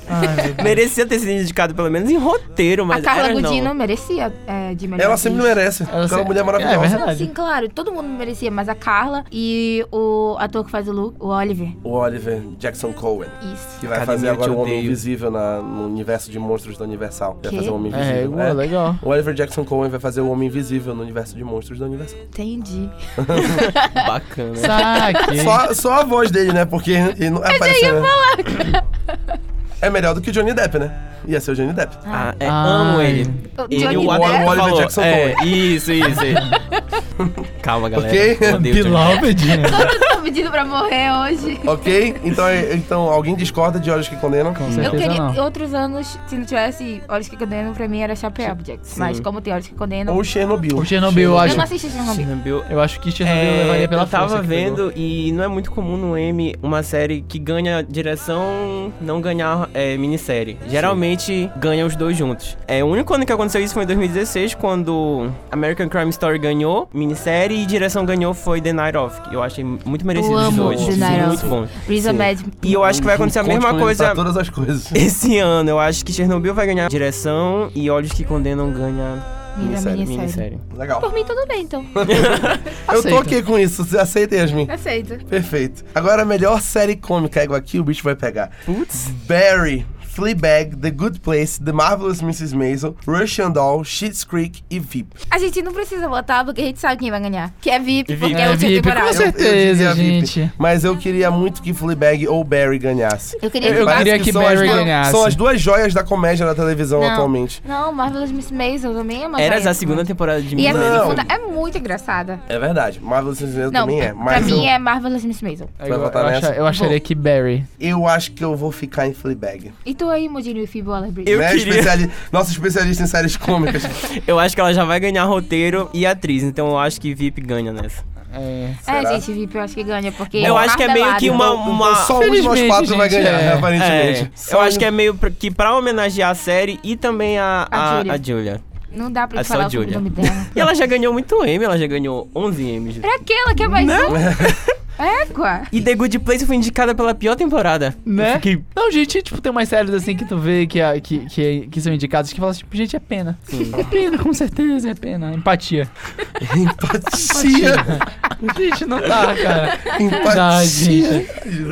S4: Merecia ter sido indicada pelo menos em roteiro, mas
S3: a Carla
S4: elas não.
S3: Gudino merecia é, de melhor.
S1: Ela sempre
S3: atriz.
S1: merece.
S2: Ela
S1: pelo
S2: se-
S1: mulher
S2: É
S1: maravilhosa.
S2: verdade.
S3: Sim, claro, todo mundo merecia, mas a Carla e o ator que faz o Luke, o Oliver.
S1: o Oliver Jackson Cohen.
S3: Isso.
S1: Que vai
S4: Academia,
S1: fazer agora
S4: eu te
S1: o Homem
S4: odeio.
S1: Invisível na- no universo de monstros da Universal. Vai
S3: Quê?
S1: fazer o Homem
S2: É,
S1: Invisível. né?
S2: ué, legal.
S1: O Oliver Jackson Cohen vai fazer o Homem Invisível no universo de monstros da Universal.
S3: Entendi.
S4: Bacana.
S2: Saque.
S1: Só, só a voz dele, né? Porque ele não aparece. né? É melhor do que o Johnny Depp, né? Ia ser o Johnny Depp.
S4: Ah, é, amo
S2: Ai.
S4: ele.
S3: O
S4: Ele,
S3: Johnny
S4: o Adam
S1: Depp?
S4: falou.
S1: Oliver Jackson
S4: é, isso, isso. isso. Calma, galera.
S1: Ok?
S4: Eu odeio o Johnny.
S2: É, tipo,
S3: Tô pedindo pra morrer hoje.
S1: Ok? Então, é- então alguém discorda de Olhos que Condenam?
S2: Com
S3: Eu
S2: certeza
S3: queria,
S2: não.
S3: outros anos, se não tivesse Olhos que Condenam, pra mim era Chapeab Jackson. Mas como tem Olhos que Condenam,
S1: Hum. Ou Chernobyl.
S2: O Chernobyl, eu
S3: eu não
S2: acho.
S3: assisti Chernobyl.
S4: Chernobyl
S2: Eu acho que Chernobyl
S4: É,
S2: levaria pela
S4: eu tava
S2: força que pegou.
S4: vendo e não é muito comum no M uma série que ganha direção não ganhar é, minissérie. Geralmente ganha os dois juntos. É, o único ano que aconteceu isso foi em 2016, quando American Crime Story ganhou minissérie e direção ganhou foi The Night Of. Que eu achei muito merecido os
S3: amo
S4: dois.
S1: The
S4: Sim,
S1: Night
S4: muito
S3: Of.
S4: bom.
S3: Risa
S4: Sim.
S3: Mad.
S4: E eu acho que vai
S2: Uhum,
S4: acontecer a
S1: Conte
S4: mesma
S1: com ele pra
S4: coisa
S1: todas as coisas.
S4: esse ano. Eu acho que Chernobyl vai ganhar direção e Olhos que Condenam ganha
S3: Mira,
S1: Minissérie,
S3: minissérie.
S4: minissérie.
S1: Legal.
S3: Por mim, tudo bem, então.
S1: Eu tô
S2: Aceito.
S1: ok com isso. Você Aceita, Yasmin?
S3: Aceito. Perfeito.
S1: Perfeito. Agora, a melhor série cômica. é Igual aqui, o bicho vai pegar.
S4: Putz.
S1: Barry, Fleabag, The Good Place, The Marvelous Mrs. Maisel, Russian Doll, Schitt's Creek e VIP.
S3: A gente não precisa votar porque a gente sabe quem vai ganhar. Que é
S4: VIP.
S3: VIP, porque
S2: É
S3: é, o última
S2: VIP,
S3: temporada.
S2: com
S1: diria
S2: certeza. gente.
S1: Mas eu queria muito que Fleabag ou Barry ganhasse.
S3: Eu queria que
S2: Eu
S1: Parece
S2: queria que
S1: são
S2: Barry
S1: as, duas-
S2: ganhasse.
S1: São as duas joias da comédia na televisão
S3: Não.
S1: atualmente.
S3: Não, Marvelous Miss Maisel também é uma
S4: Eras
S3: joia.
S4: a segunda temporada de
S3: E essa
S1: Não.
S3: segunda é muito engraçada.
S1: É verdade. Marvelous Mrs. Maisel
S3: Não,
S1: também é.
S3: pra
S1: Mas
S3: mim
S1: eu,
S3: é Marvelous Miss Maisel.
S2: Eu,
S1: Vai votar
S2: eu
S1: nessa?
S2: acha- eu acharia que Barry.
S1: eu acho que eu vou ficar em Fleabag.
S3: E tu aí, Modinho e Phoebe Waller-Bridge?
S4: Eu
S1: né?
S4: queria.
S1: Especiali- Nosso especialista em séries cômicas.
S4: Eu acho que ela já vai ganhar roteiro e atriz, então eu acho que VIP ganha nessa.
S2: É.
S3: É,
S1: Será?
S3: gente, VIP eu acho que ganha, porque...
S4: Eu acho que é meio que uma.
S1: Então,
S4: uma...
S1: então só um de nós
S2: Felizmente,
S1: quatro vai
S2: gente,
S1: ganhar,
S2: é.
S1: né, aparentemente.
S4: É,
S1: Só
S4: eu acho
S1: um-
S4: que é meio pra- que pra homenagear a série e também a,
S3: A
S4: a,
S3: Julia.
S4: a Julia.
S3: Não dá pra
S4: É
S3: te
S4: só
S3: falar o
S4: Julia.
S3: nome dela.
S4: E ela já ganhou muito M, ela já ganhou 11 M's.
S3: Pra que ela quer mais um? É, Égua.
S4: E The Good Place foi indicada pela pior temporada.
S2: Né? Não, gente, tipo, tem umas séries assim que tu vê que, a- que, que, que são indicadas que fala assim, tipo, gente, é pena. É pena, com certeza, é pena. Empatia.
S1: um- Empatia.
S2: gente, não dá, cara. Dá,
S1: Empatia.
S2: gente.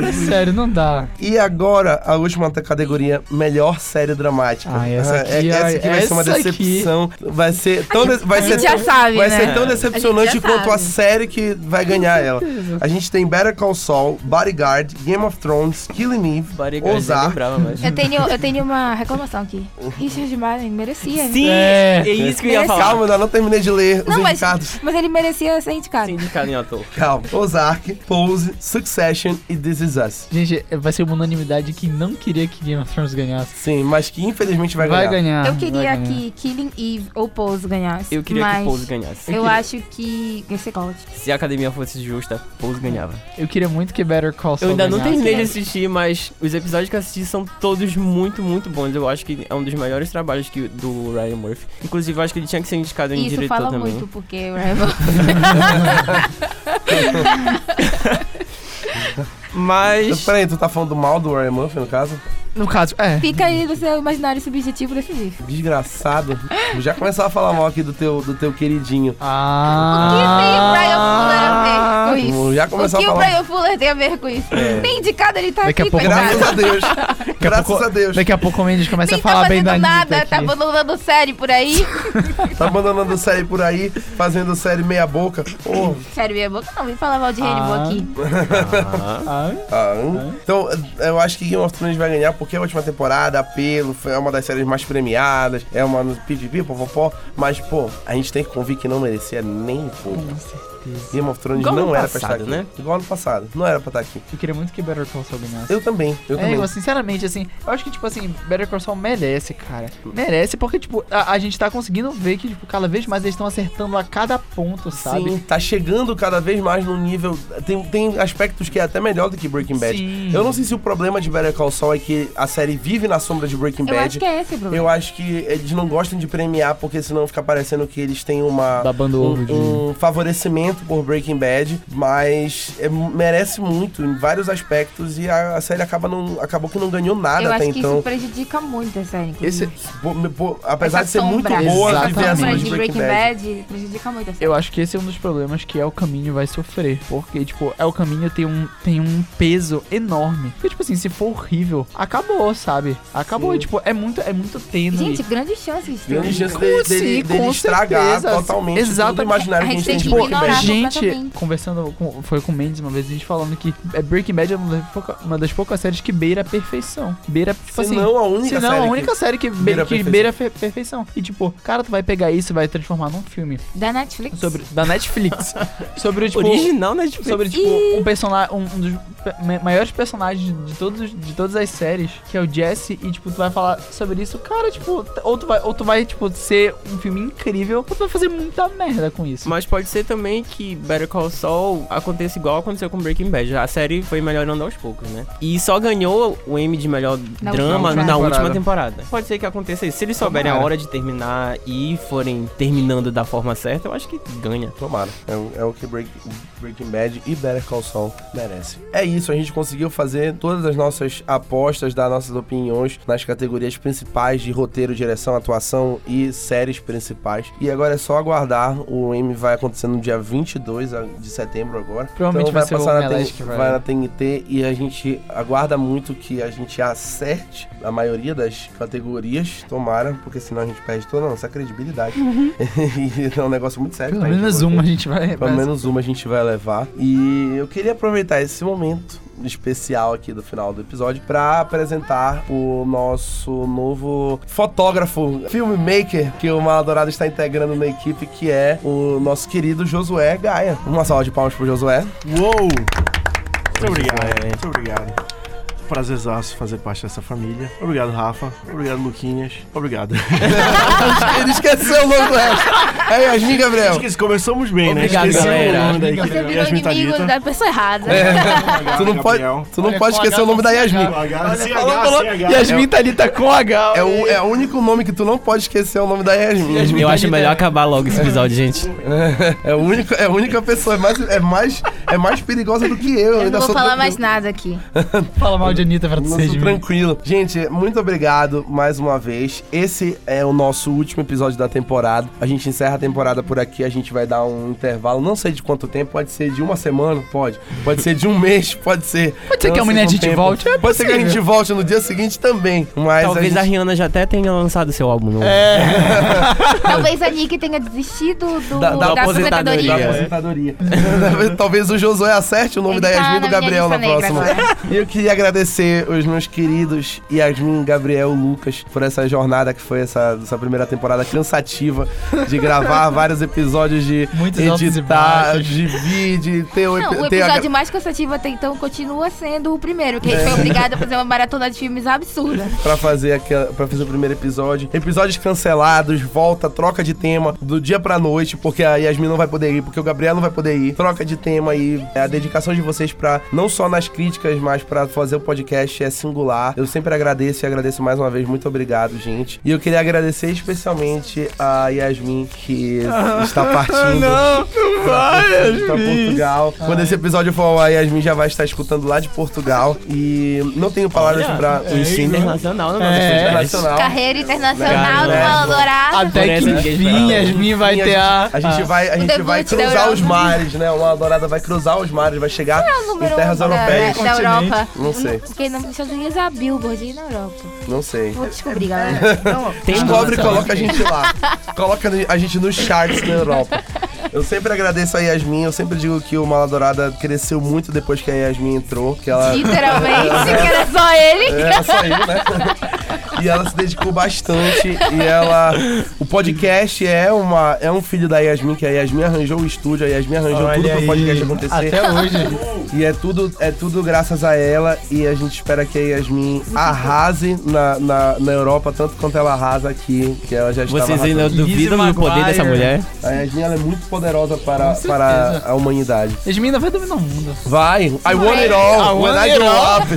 S2: É sério, não dá.
S1: E agora, a última categoria, melhor série dramática.
S2: Ah, essa
S1: É,
S2: aqui,
S1: essa aqui vai ser uma
S2: essa aqui.
S1: decepção. Vai ser tão... de- vai
S3: a
S1: ser
S3: gente já sabe,
S1: Vai
S3: né?
S1: ser tão
S4: A gente
S1: decepcionante
S3: já
S1: quanto a
S3: sabe.
S1: série que vai ganhar ela.
S2: certeza.
S1: A gente tem Better Call Saul, Bodyguard, Game of Thrones, Killing Eve,
S4: Bodyguard, eu
S1: Ozark,
S4: lembrava, é mas...
S3: Eu tenho, eu tenho uma reclamação aqui. Richard Madden merecia. né?
S4: Sim,
S2: É.
S4: é. isso que eu ia
S3: Merece-
S4: falar.
S1: Calma, ainda não terminei de ler os
S3: Não, mas,
S1: indicados.
S3: mas ele merecia ser
S4: Ser
S3: indicado.
S4: Indicado em ator.
S1: Calma. Ozark, Pose, Succession e This Is Us.
S2: Gente, vai ser uma unanimidade que não queria que Game of Thrones ganhasse.
S1: Sim, mas que infelizmente Ah, vai,
S2: Vai
S1: ganhar.
S2: ganhar.
S3: eu queria
S2: vai ganhar.
S3: que Killing Eve ou Pose ganhasse.
S4: Eu queria
S3: mas
S4: que Pose ganhasse.
S3: Eu acho que. Ia ser Gold.
S4: Se a academia fosse justa, Pose ganhava.
S2: Eu queria muito que Better Call Saul
S4: Eu ainda não
S2: ganhasse.
S4: terminei de assistir, mas os episódios que eu assisti são todos muito, muito bons. Eu acho que é um dos maiores trabalhos que, do Ryan Murphy. Inclusive, eu acho que ele tinha que ser indicado em
S3: Isso
S4: diretor
S3: fala
S4: também.
S3: muito, porque o Rival.
S1: Então,
S4: Mas.
S1: Peraí, tu tá falando mal do Ryan Murphy, no caso?
S2: No caso, é.
S3: Fica aí no seu imaginário subjetivo decidir.
S1: Desgraçado. Eu já começava a falar mal aqui do teu, do teu queridinho.
S2: Ah.
S3: o que tem o Brian Fuller a ver com isso?
S1: Eu já
S3: O
S1: começou
S3: que
S1: a
S3: o
S1: falar.
S3: Brian Fuller tem a ver com isso?
S1: É.
S3: Nem indicado ele tá
S2: Daqui a
S3: aqui,
S2: pouco-
S1: Graças
S3: coitado.
S1: a Deus.
S2: a
S1: Graças
S2: pouco-
S1: a Deus.
S2: Daqui a pouco o Mendes começa
S3: Nem
S2: a
S3: tá
S2: falar bem
S3: fazendo
S2: da Anitta
S3: nada,
S2: aqui.
S3: tá abandonando série por aí.
S1: Tá abandonando série por aí, fazendo série meia boca. Ô,
S3: Sério, minha boca não, vem falar mal de Rainbow
S2: Ah.
S3: aqui.
S2: Ah,
S1: Ah, hum. Então, eu acho que Game of Thrones vai ganhar porque é a última temporada, apelo, foi- é uma das séries mais premiadas, é uma no PVP, popopó, mas, pô, a gente tem que convir que não merecia nem um pouco.
S2: com certeza.
S1: Game of Thrones
S4: Igual
S1: não
S4: ano
S1: era
S4: passado,
S1: pra estar aqui.
S4: né?
S1: Igual ano passado, não era pra estar aqui.
S2: Eu queria muito que Better Call Saul ganhasse.
S1: Eu também, eu
S2: É,
S1: também.
S2: eu, sinceramente, assim, eu acho que, tipo assim, Better Call Saul merece, cara. Merece porque, tipo, a, a gente tá conseguindo ver que, tipo, cada vez mais eles estão acertando a cada ponto, sabe?
S1: Sim, tá chegando cada vez mais num nível. Tem, tem aspectos que é até melhor do que Breaking Bad.
S2: Sim.
S1: Eu não sei se o problema de Better Call Saul é que a série vive na sombra de Breaking
S3: Eu
S1: Bad.
S3: acho que é esse o problema.
S1: Eu acho que eles não gostam de premiar porque senão fica parecendo que eles têm uma
S2: Babando
S1: um,
S2: ovo de-
S1: um favorecimento tanto por Breaking Bad, mas é- merece muito em vários aspectos e a, a série acaba não, acabou que não ganhou nada
S3: Eu
S1: até
S3: acho que
S1: então.
S3: isso prejudica muito a série.
S1: Esse,
S3: inclusive.
S1: bo- me- bo- apesar
S3: Essa
S1: de ser muito
S3: sombra.
S1: boa, a
S3: Essa sombra
S1: diversão
S2: Exatamente.
S1: de Breaking Bad.
S3: prejudica muito a série.
S2: Eu acho que esse é um dos problemas que El Caminho vai sofrer. Porque, tipo, El Caminho tem um, tem um peso enorme. Porque, tipo assim, se for horrível, acabou, sabe? Acabou.
S1: Sim.
S2: E, tipo, é muito, é muito tênue.
S3: Gente, grandes chances. de ter
S1: Grande
S3: um-
S1: chance
S2: Com
S1: dele,
S2: sim,
S1: dele- dele
S2: com
S1: estragar
S2: certeza.
S1: totalmente
S2: Exatamente.
S1: tudo imaginário
S3: A
S1: que a
S3: gente
S1: gente tem de
S3: tem que
S2: Pô,
S1: Breaking
S3: ignorar.
S1: Bad.
S2: gente,
S3: completamente.
S2: conversando com, foi com o Mendes uma vez, a gente falando que é, Breaking Bad é uma das, pouca- uma das poucas séries que beira a perfeição. Beira, tipo
S1: Se
S2: assim...
S1: não, a única
S2: Se não,
S1: série
S2: a
S1: que-
S2: única série que, be-
S1: beira a
S2: que
S1: perfeição.
S2: beira a fe- perfeição. E tipo, cara, tu vai pegar isso e vai transformar num filme
S3: Da Netflix.
S2: sobre, da Netflix. sobre, tipo,
S4: Original né, Netflix.
S2: sobre tipo um personagem um, um dos pe- ma- maiores personagens de todos os- de todas as séries que é o Jesse e tipo tu vai falar sobre isso cara tipo t- ou tu vai ou tu vai tipo ser um filme incrível ou tu vai fazer muita merda com isso
S4: Mas pode ser também que Better Call Saul aconteça igual aconteceu com Breaking Bad. A série foi melhorando aos poucos, né? E só ganhou o M de melhor
S3: Na
S4: drama
S3: última
S4: na
S2: temporada.
S4: última temporada. Pode ser que aconteça isso. Se eles souberem a
S2: Tomara.
S4: hora de terminar e forem terminando da forma certa, eu acho que ganha.
S1: Tomara. É, o- é o que Break- Breaking Bad e Better Call Saul merecem. É isso, a gente conseguiu fazer todas as nossas apostas, dar nossas opiniões nas categorias principais de roteiro, direção, atuação e séries principais. E agora é só aguardar. O M vai acontecer no dia 22 a- de setembro agora. Então
S2: Provavelmente vai ser o
S1: na,
S2: Omelete
S1: TN
S2: que vai-
S1: vai na TNT e a gente aguarda muito que a gente acerte a maioria das categorias. Tomara, porque senão a gente perde toda a nossa credibilidade. e é um negócio muito sério.
S2: pelo
S1: pra gente
S2: menos
S1: manter.
S2: uma a gente vai
S1: tipo, Pelo
S2: vai-
S1: menos uma a gente vai levar. E eu queria aproveitar esse momento especial aqui do final do episódio pra apresentar o nosso novo fotógrafo, filmmaker que o Maladorado está integrando na equipe, que é o nosso querido Josué Gaia. Uma salva de palmas pro Josué.
S5: Uou! Muito
S4: Pois
S5: obrigado,
S4: é.
S5: muito obrigado. Prazerzaço fazer parte dessa família. Obrigado, Rafa. Obrigado, Luquinhas. Obrigado.
S1: Ele esqueceu o nome do resto. É Yasmin Gabriel.
S5: Esqueci, começamos bem, né?
S4: Obrigado,
S5: Esqueci
S4: galera.
S5: o nome da equipe.
S3: Você virou
S5: Yasmin
S3: inimigo
S5: Thalita.
S3: da pessoa errada.
S1: É.
S5: Obrigado,
S1: Tu não pode,
S5: Gabriel.
S1: tu não
S2: Olha,
S1: pode
S2: com
S1: esquecer
S2: H
S1: o nome da
S2: não se
S1: Yasmin.
S2: agarra.
S5: CH, CH,
S2: Falou, falou. Yasmin tá ali, tá com H.
S1: É o, é o único nome que tu não pode esquecer é o nome da Yasmin.
S4: Eu acho melhor acabar logo esse episódio, gente.
S1: É, o único, é a única pessoa, é mais, é mais, é mais perigosa do que eu.
S3: Eu
S1: ainda
S3: não vou
S1: sou
S3: falar
S1: tranquilo.
S3: mais nada aqui.
S2: Fala mal de Anitta pra tu
S1: Não sou
S2: seja.
S1: tranquilo. Gente, muito obrigado mais uma vez. Esse é o nosso último episódio da temporada. A gente encerra a temporada por aqui. A gente vai dar um intervalo. Não sei de quanto tempo. Pode ser de uma semana, pode. Pode ser de um mês, pode ser.
S2: Pode ser que
S1: Não
S2: amanhã
S1: sei
S2: a
S1: quanto
S2: gente
S1: tempo.
S2: volte, é
S1: pode ser que a
S2: possível.
S1: gente volte no dia seguinte também. Mas
S4: Talvez
S1: a
S4: a
S1: gente... tá É,
S4: Rihanna já até tenha lançado seu álbum novo.
S3: Talvez a Nick tenha desistido do,
S1: Da-
S3: da,
S1: da
S4: aposentadoria.
S3: aposentadoria.
S1: da aposentadoria. Talvez o Josué acerte o nome
S3: Ele
S1: da
S3: tá
S1: Yasmin e do
S3: na minha
S1: Gabriel na
S3: lista negra
S1: próxima.
S3: agora.
S1: E eu queria agradecer os meus queridos Yasmin, Gabriel, Lucas por essa jornada que foi essa, essa primeira temporada cansativa de gravar vários episódios de
S2: Muitos altos e
S1: editar,
S2: baixos.
S1: de vir, de ter o
S3: Não, o
S1: epi- ter a-
S3: episódio mais cansativo até então continua sendo o primeiro, que a gente
S1: É.
S3: foi obrigado a fazer uma maratona de filmes absurda.
S1: Pra fazer aquela, para fazer o primeiro episódio. Episódios cancelados, volta, troca de tema do dia pra noite, porque a Yasmin não vai poder ir, porque o Gabriel não vai poder ir. Troca de tema e a dedicação de vocês pra não só nas críticas, mas pra fazer o podcast é singular. Eu sempre agradeço e agradeço mais uma vez. Muito obrigado, gente. E eu queria agradecer especialmente a Yasmin que está partindo. Pra Portugal. Quando esse episódio for ao ar, a Yasmin já vai estar escutando lá de Portugal. E não tenho palavras é, pra né?
S4: O ensino É, internacional né, no nosso
S2: É.
S4: podcast.
S1: internacional.
S3: Carreira internacional do
S4: Caramba.
S3: Malo Dourado.
S2: Até que
S4: Por essa
S2: enfim,
S4: ninguém
S2: Yasmin vai
S1: Sim,
S2: ter a.
S1: a gente vai, a
S3: o
S1: gente vai
S3: debut da
S1: cruzar os
S3: Europa.
S1: mares, né? Uma dourada vai cruzar os mares, vai chegar em
S3: Número um
S1: terras
S3: da,
S1: europeias.
S3: da Europa.
S1: Não sei.
S3: Porque não precisa de é a Billboard e na Europa.
S1: Não sei.
S3: Vou descobrir, galera.
S4: Tem
S1: Descobre e
S4: nossa.
S1: coloca a gente lá. Coloca no- a gente nos charts na Europa. Eu sempre agradeço a Yasmin, eu sempre digo que o Mala Dourada cresceu muito depois que a Yasmin entrou, que ela
S3: Literalmente, que era só ele.
S1: É, ela saiu, né? E ela se dedicou bastante. E ela. O podcast é, uma, é um filho da Yasmin, que a Yasmin arranjou o estúdio, a Yasmin arranjou
S5: Olha
S1: tudo pro
S5: aí.
S1: podcast acontecer.
S2: Até hoje.
S1: E é tudo, é tudo graças a ela e a gente espera que a Yasmin arrase na, na, na Europa, tanto quanto ela arrasa aqui, que ela já está
S4: Vocês ainda duvidam do poder dessa mulher?
S1: A Yasmin ela é muito poderosa para,
S2: certeza.
S1: para a humanidade.
S2: Yasmin ainda vai dominar o mundo.
S1: Vai! I want it all!
S2: I
S1: When
S2: want
S1: I
S2: it
S1: grow
S2: all.
S1: up!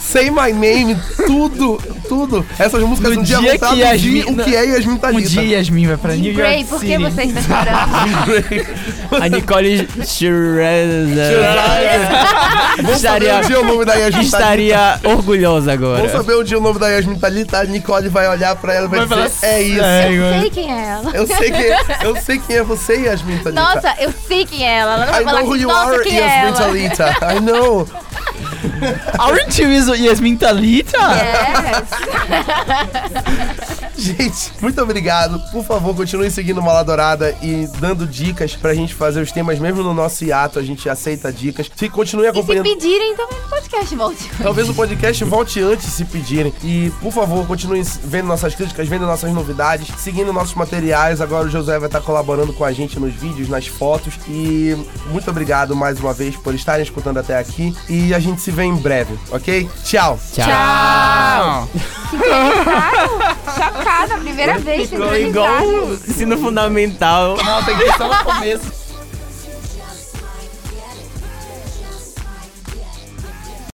S1: Say my name, tudo, tudo. Essas músicas um
S2: No
S1: não tinha
S2: dia que
S1: lançado
S2: Yasmin-
S1: o que é Yasmin tá
S2: Um dia Yasmin vai pra New
S3: Jim Gray,
S2: York
S3: por que
S2: City.
S3: você está chorando?
S4: A Nicole Schroeder
S1: Vamos saber
S4: Estaria-
S1: um dia o nome da Yasmin Thalita.
S4: estaria orgulhosa
S1: Vamos
S4: agora.
S1: saber um dia o nome da Yasmin Thalita. A Nicole vai olhar pra ela e vai,
S2: Vai
S1: dizer: É isso.
S3: eu sei quem é ela.
S1: Eu sei, quem, eu sei quem é você, Yasmin Thalita.
S3: Nossa, eu sei quem é ela. Ela não
S1: I
S3: vai falar
S1: know who
S3: que
S1: you
S3: nossa,
S1: are,
S3: quem é
S1: Yasmin
S3: ela.
S1: Thalita. I know.
S2: Aren't you is- Yasmin Thalita?
S3: Yes.
S1: Gente, muito obrigado. Por favor, continue seguindo Mala Dourada e dando dicas pra gente fazer os temas, mesmo no nosso hiato, a gente aceita dicas. Se continue
S3: E se
S1: acompanhando.
S3: pedirem, então o podcast volte.
S1: Talvez o podcast volte antes se pedirem. E, por favor, continuem vendo nossas críticas, vendo nossas novidades, seguindo nossos materiais. Agora o Josué vai estar colaborando com a gente nos vídeos, nas fotos. E muito obrigado mais uma vez por estarem escutando até aqui. E a gente se vê em breve, ok? Tchau!
S2: Tchau.
S3: tá? Chocada, primeira vez. que
S4: Ficou
S3: entrevistaram.
S4: igual o ensino fundamental.
S2: Não, tem que estar no começo.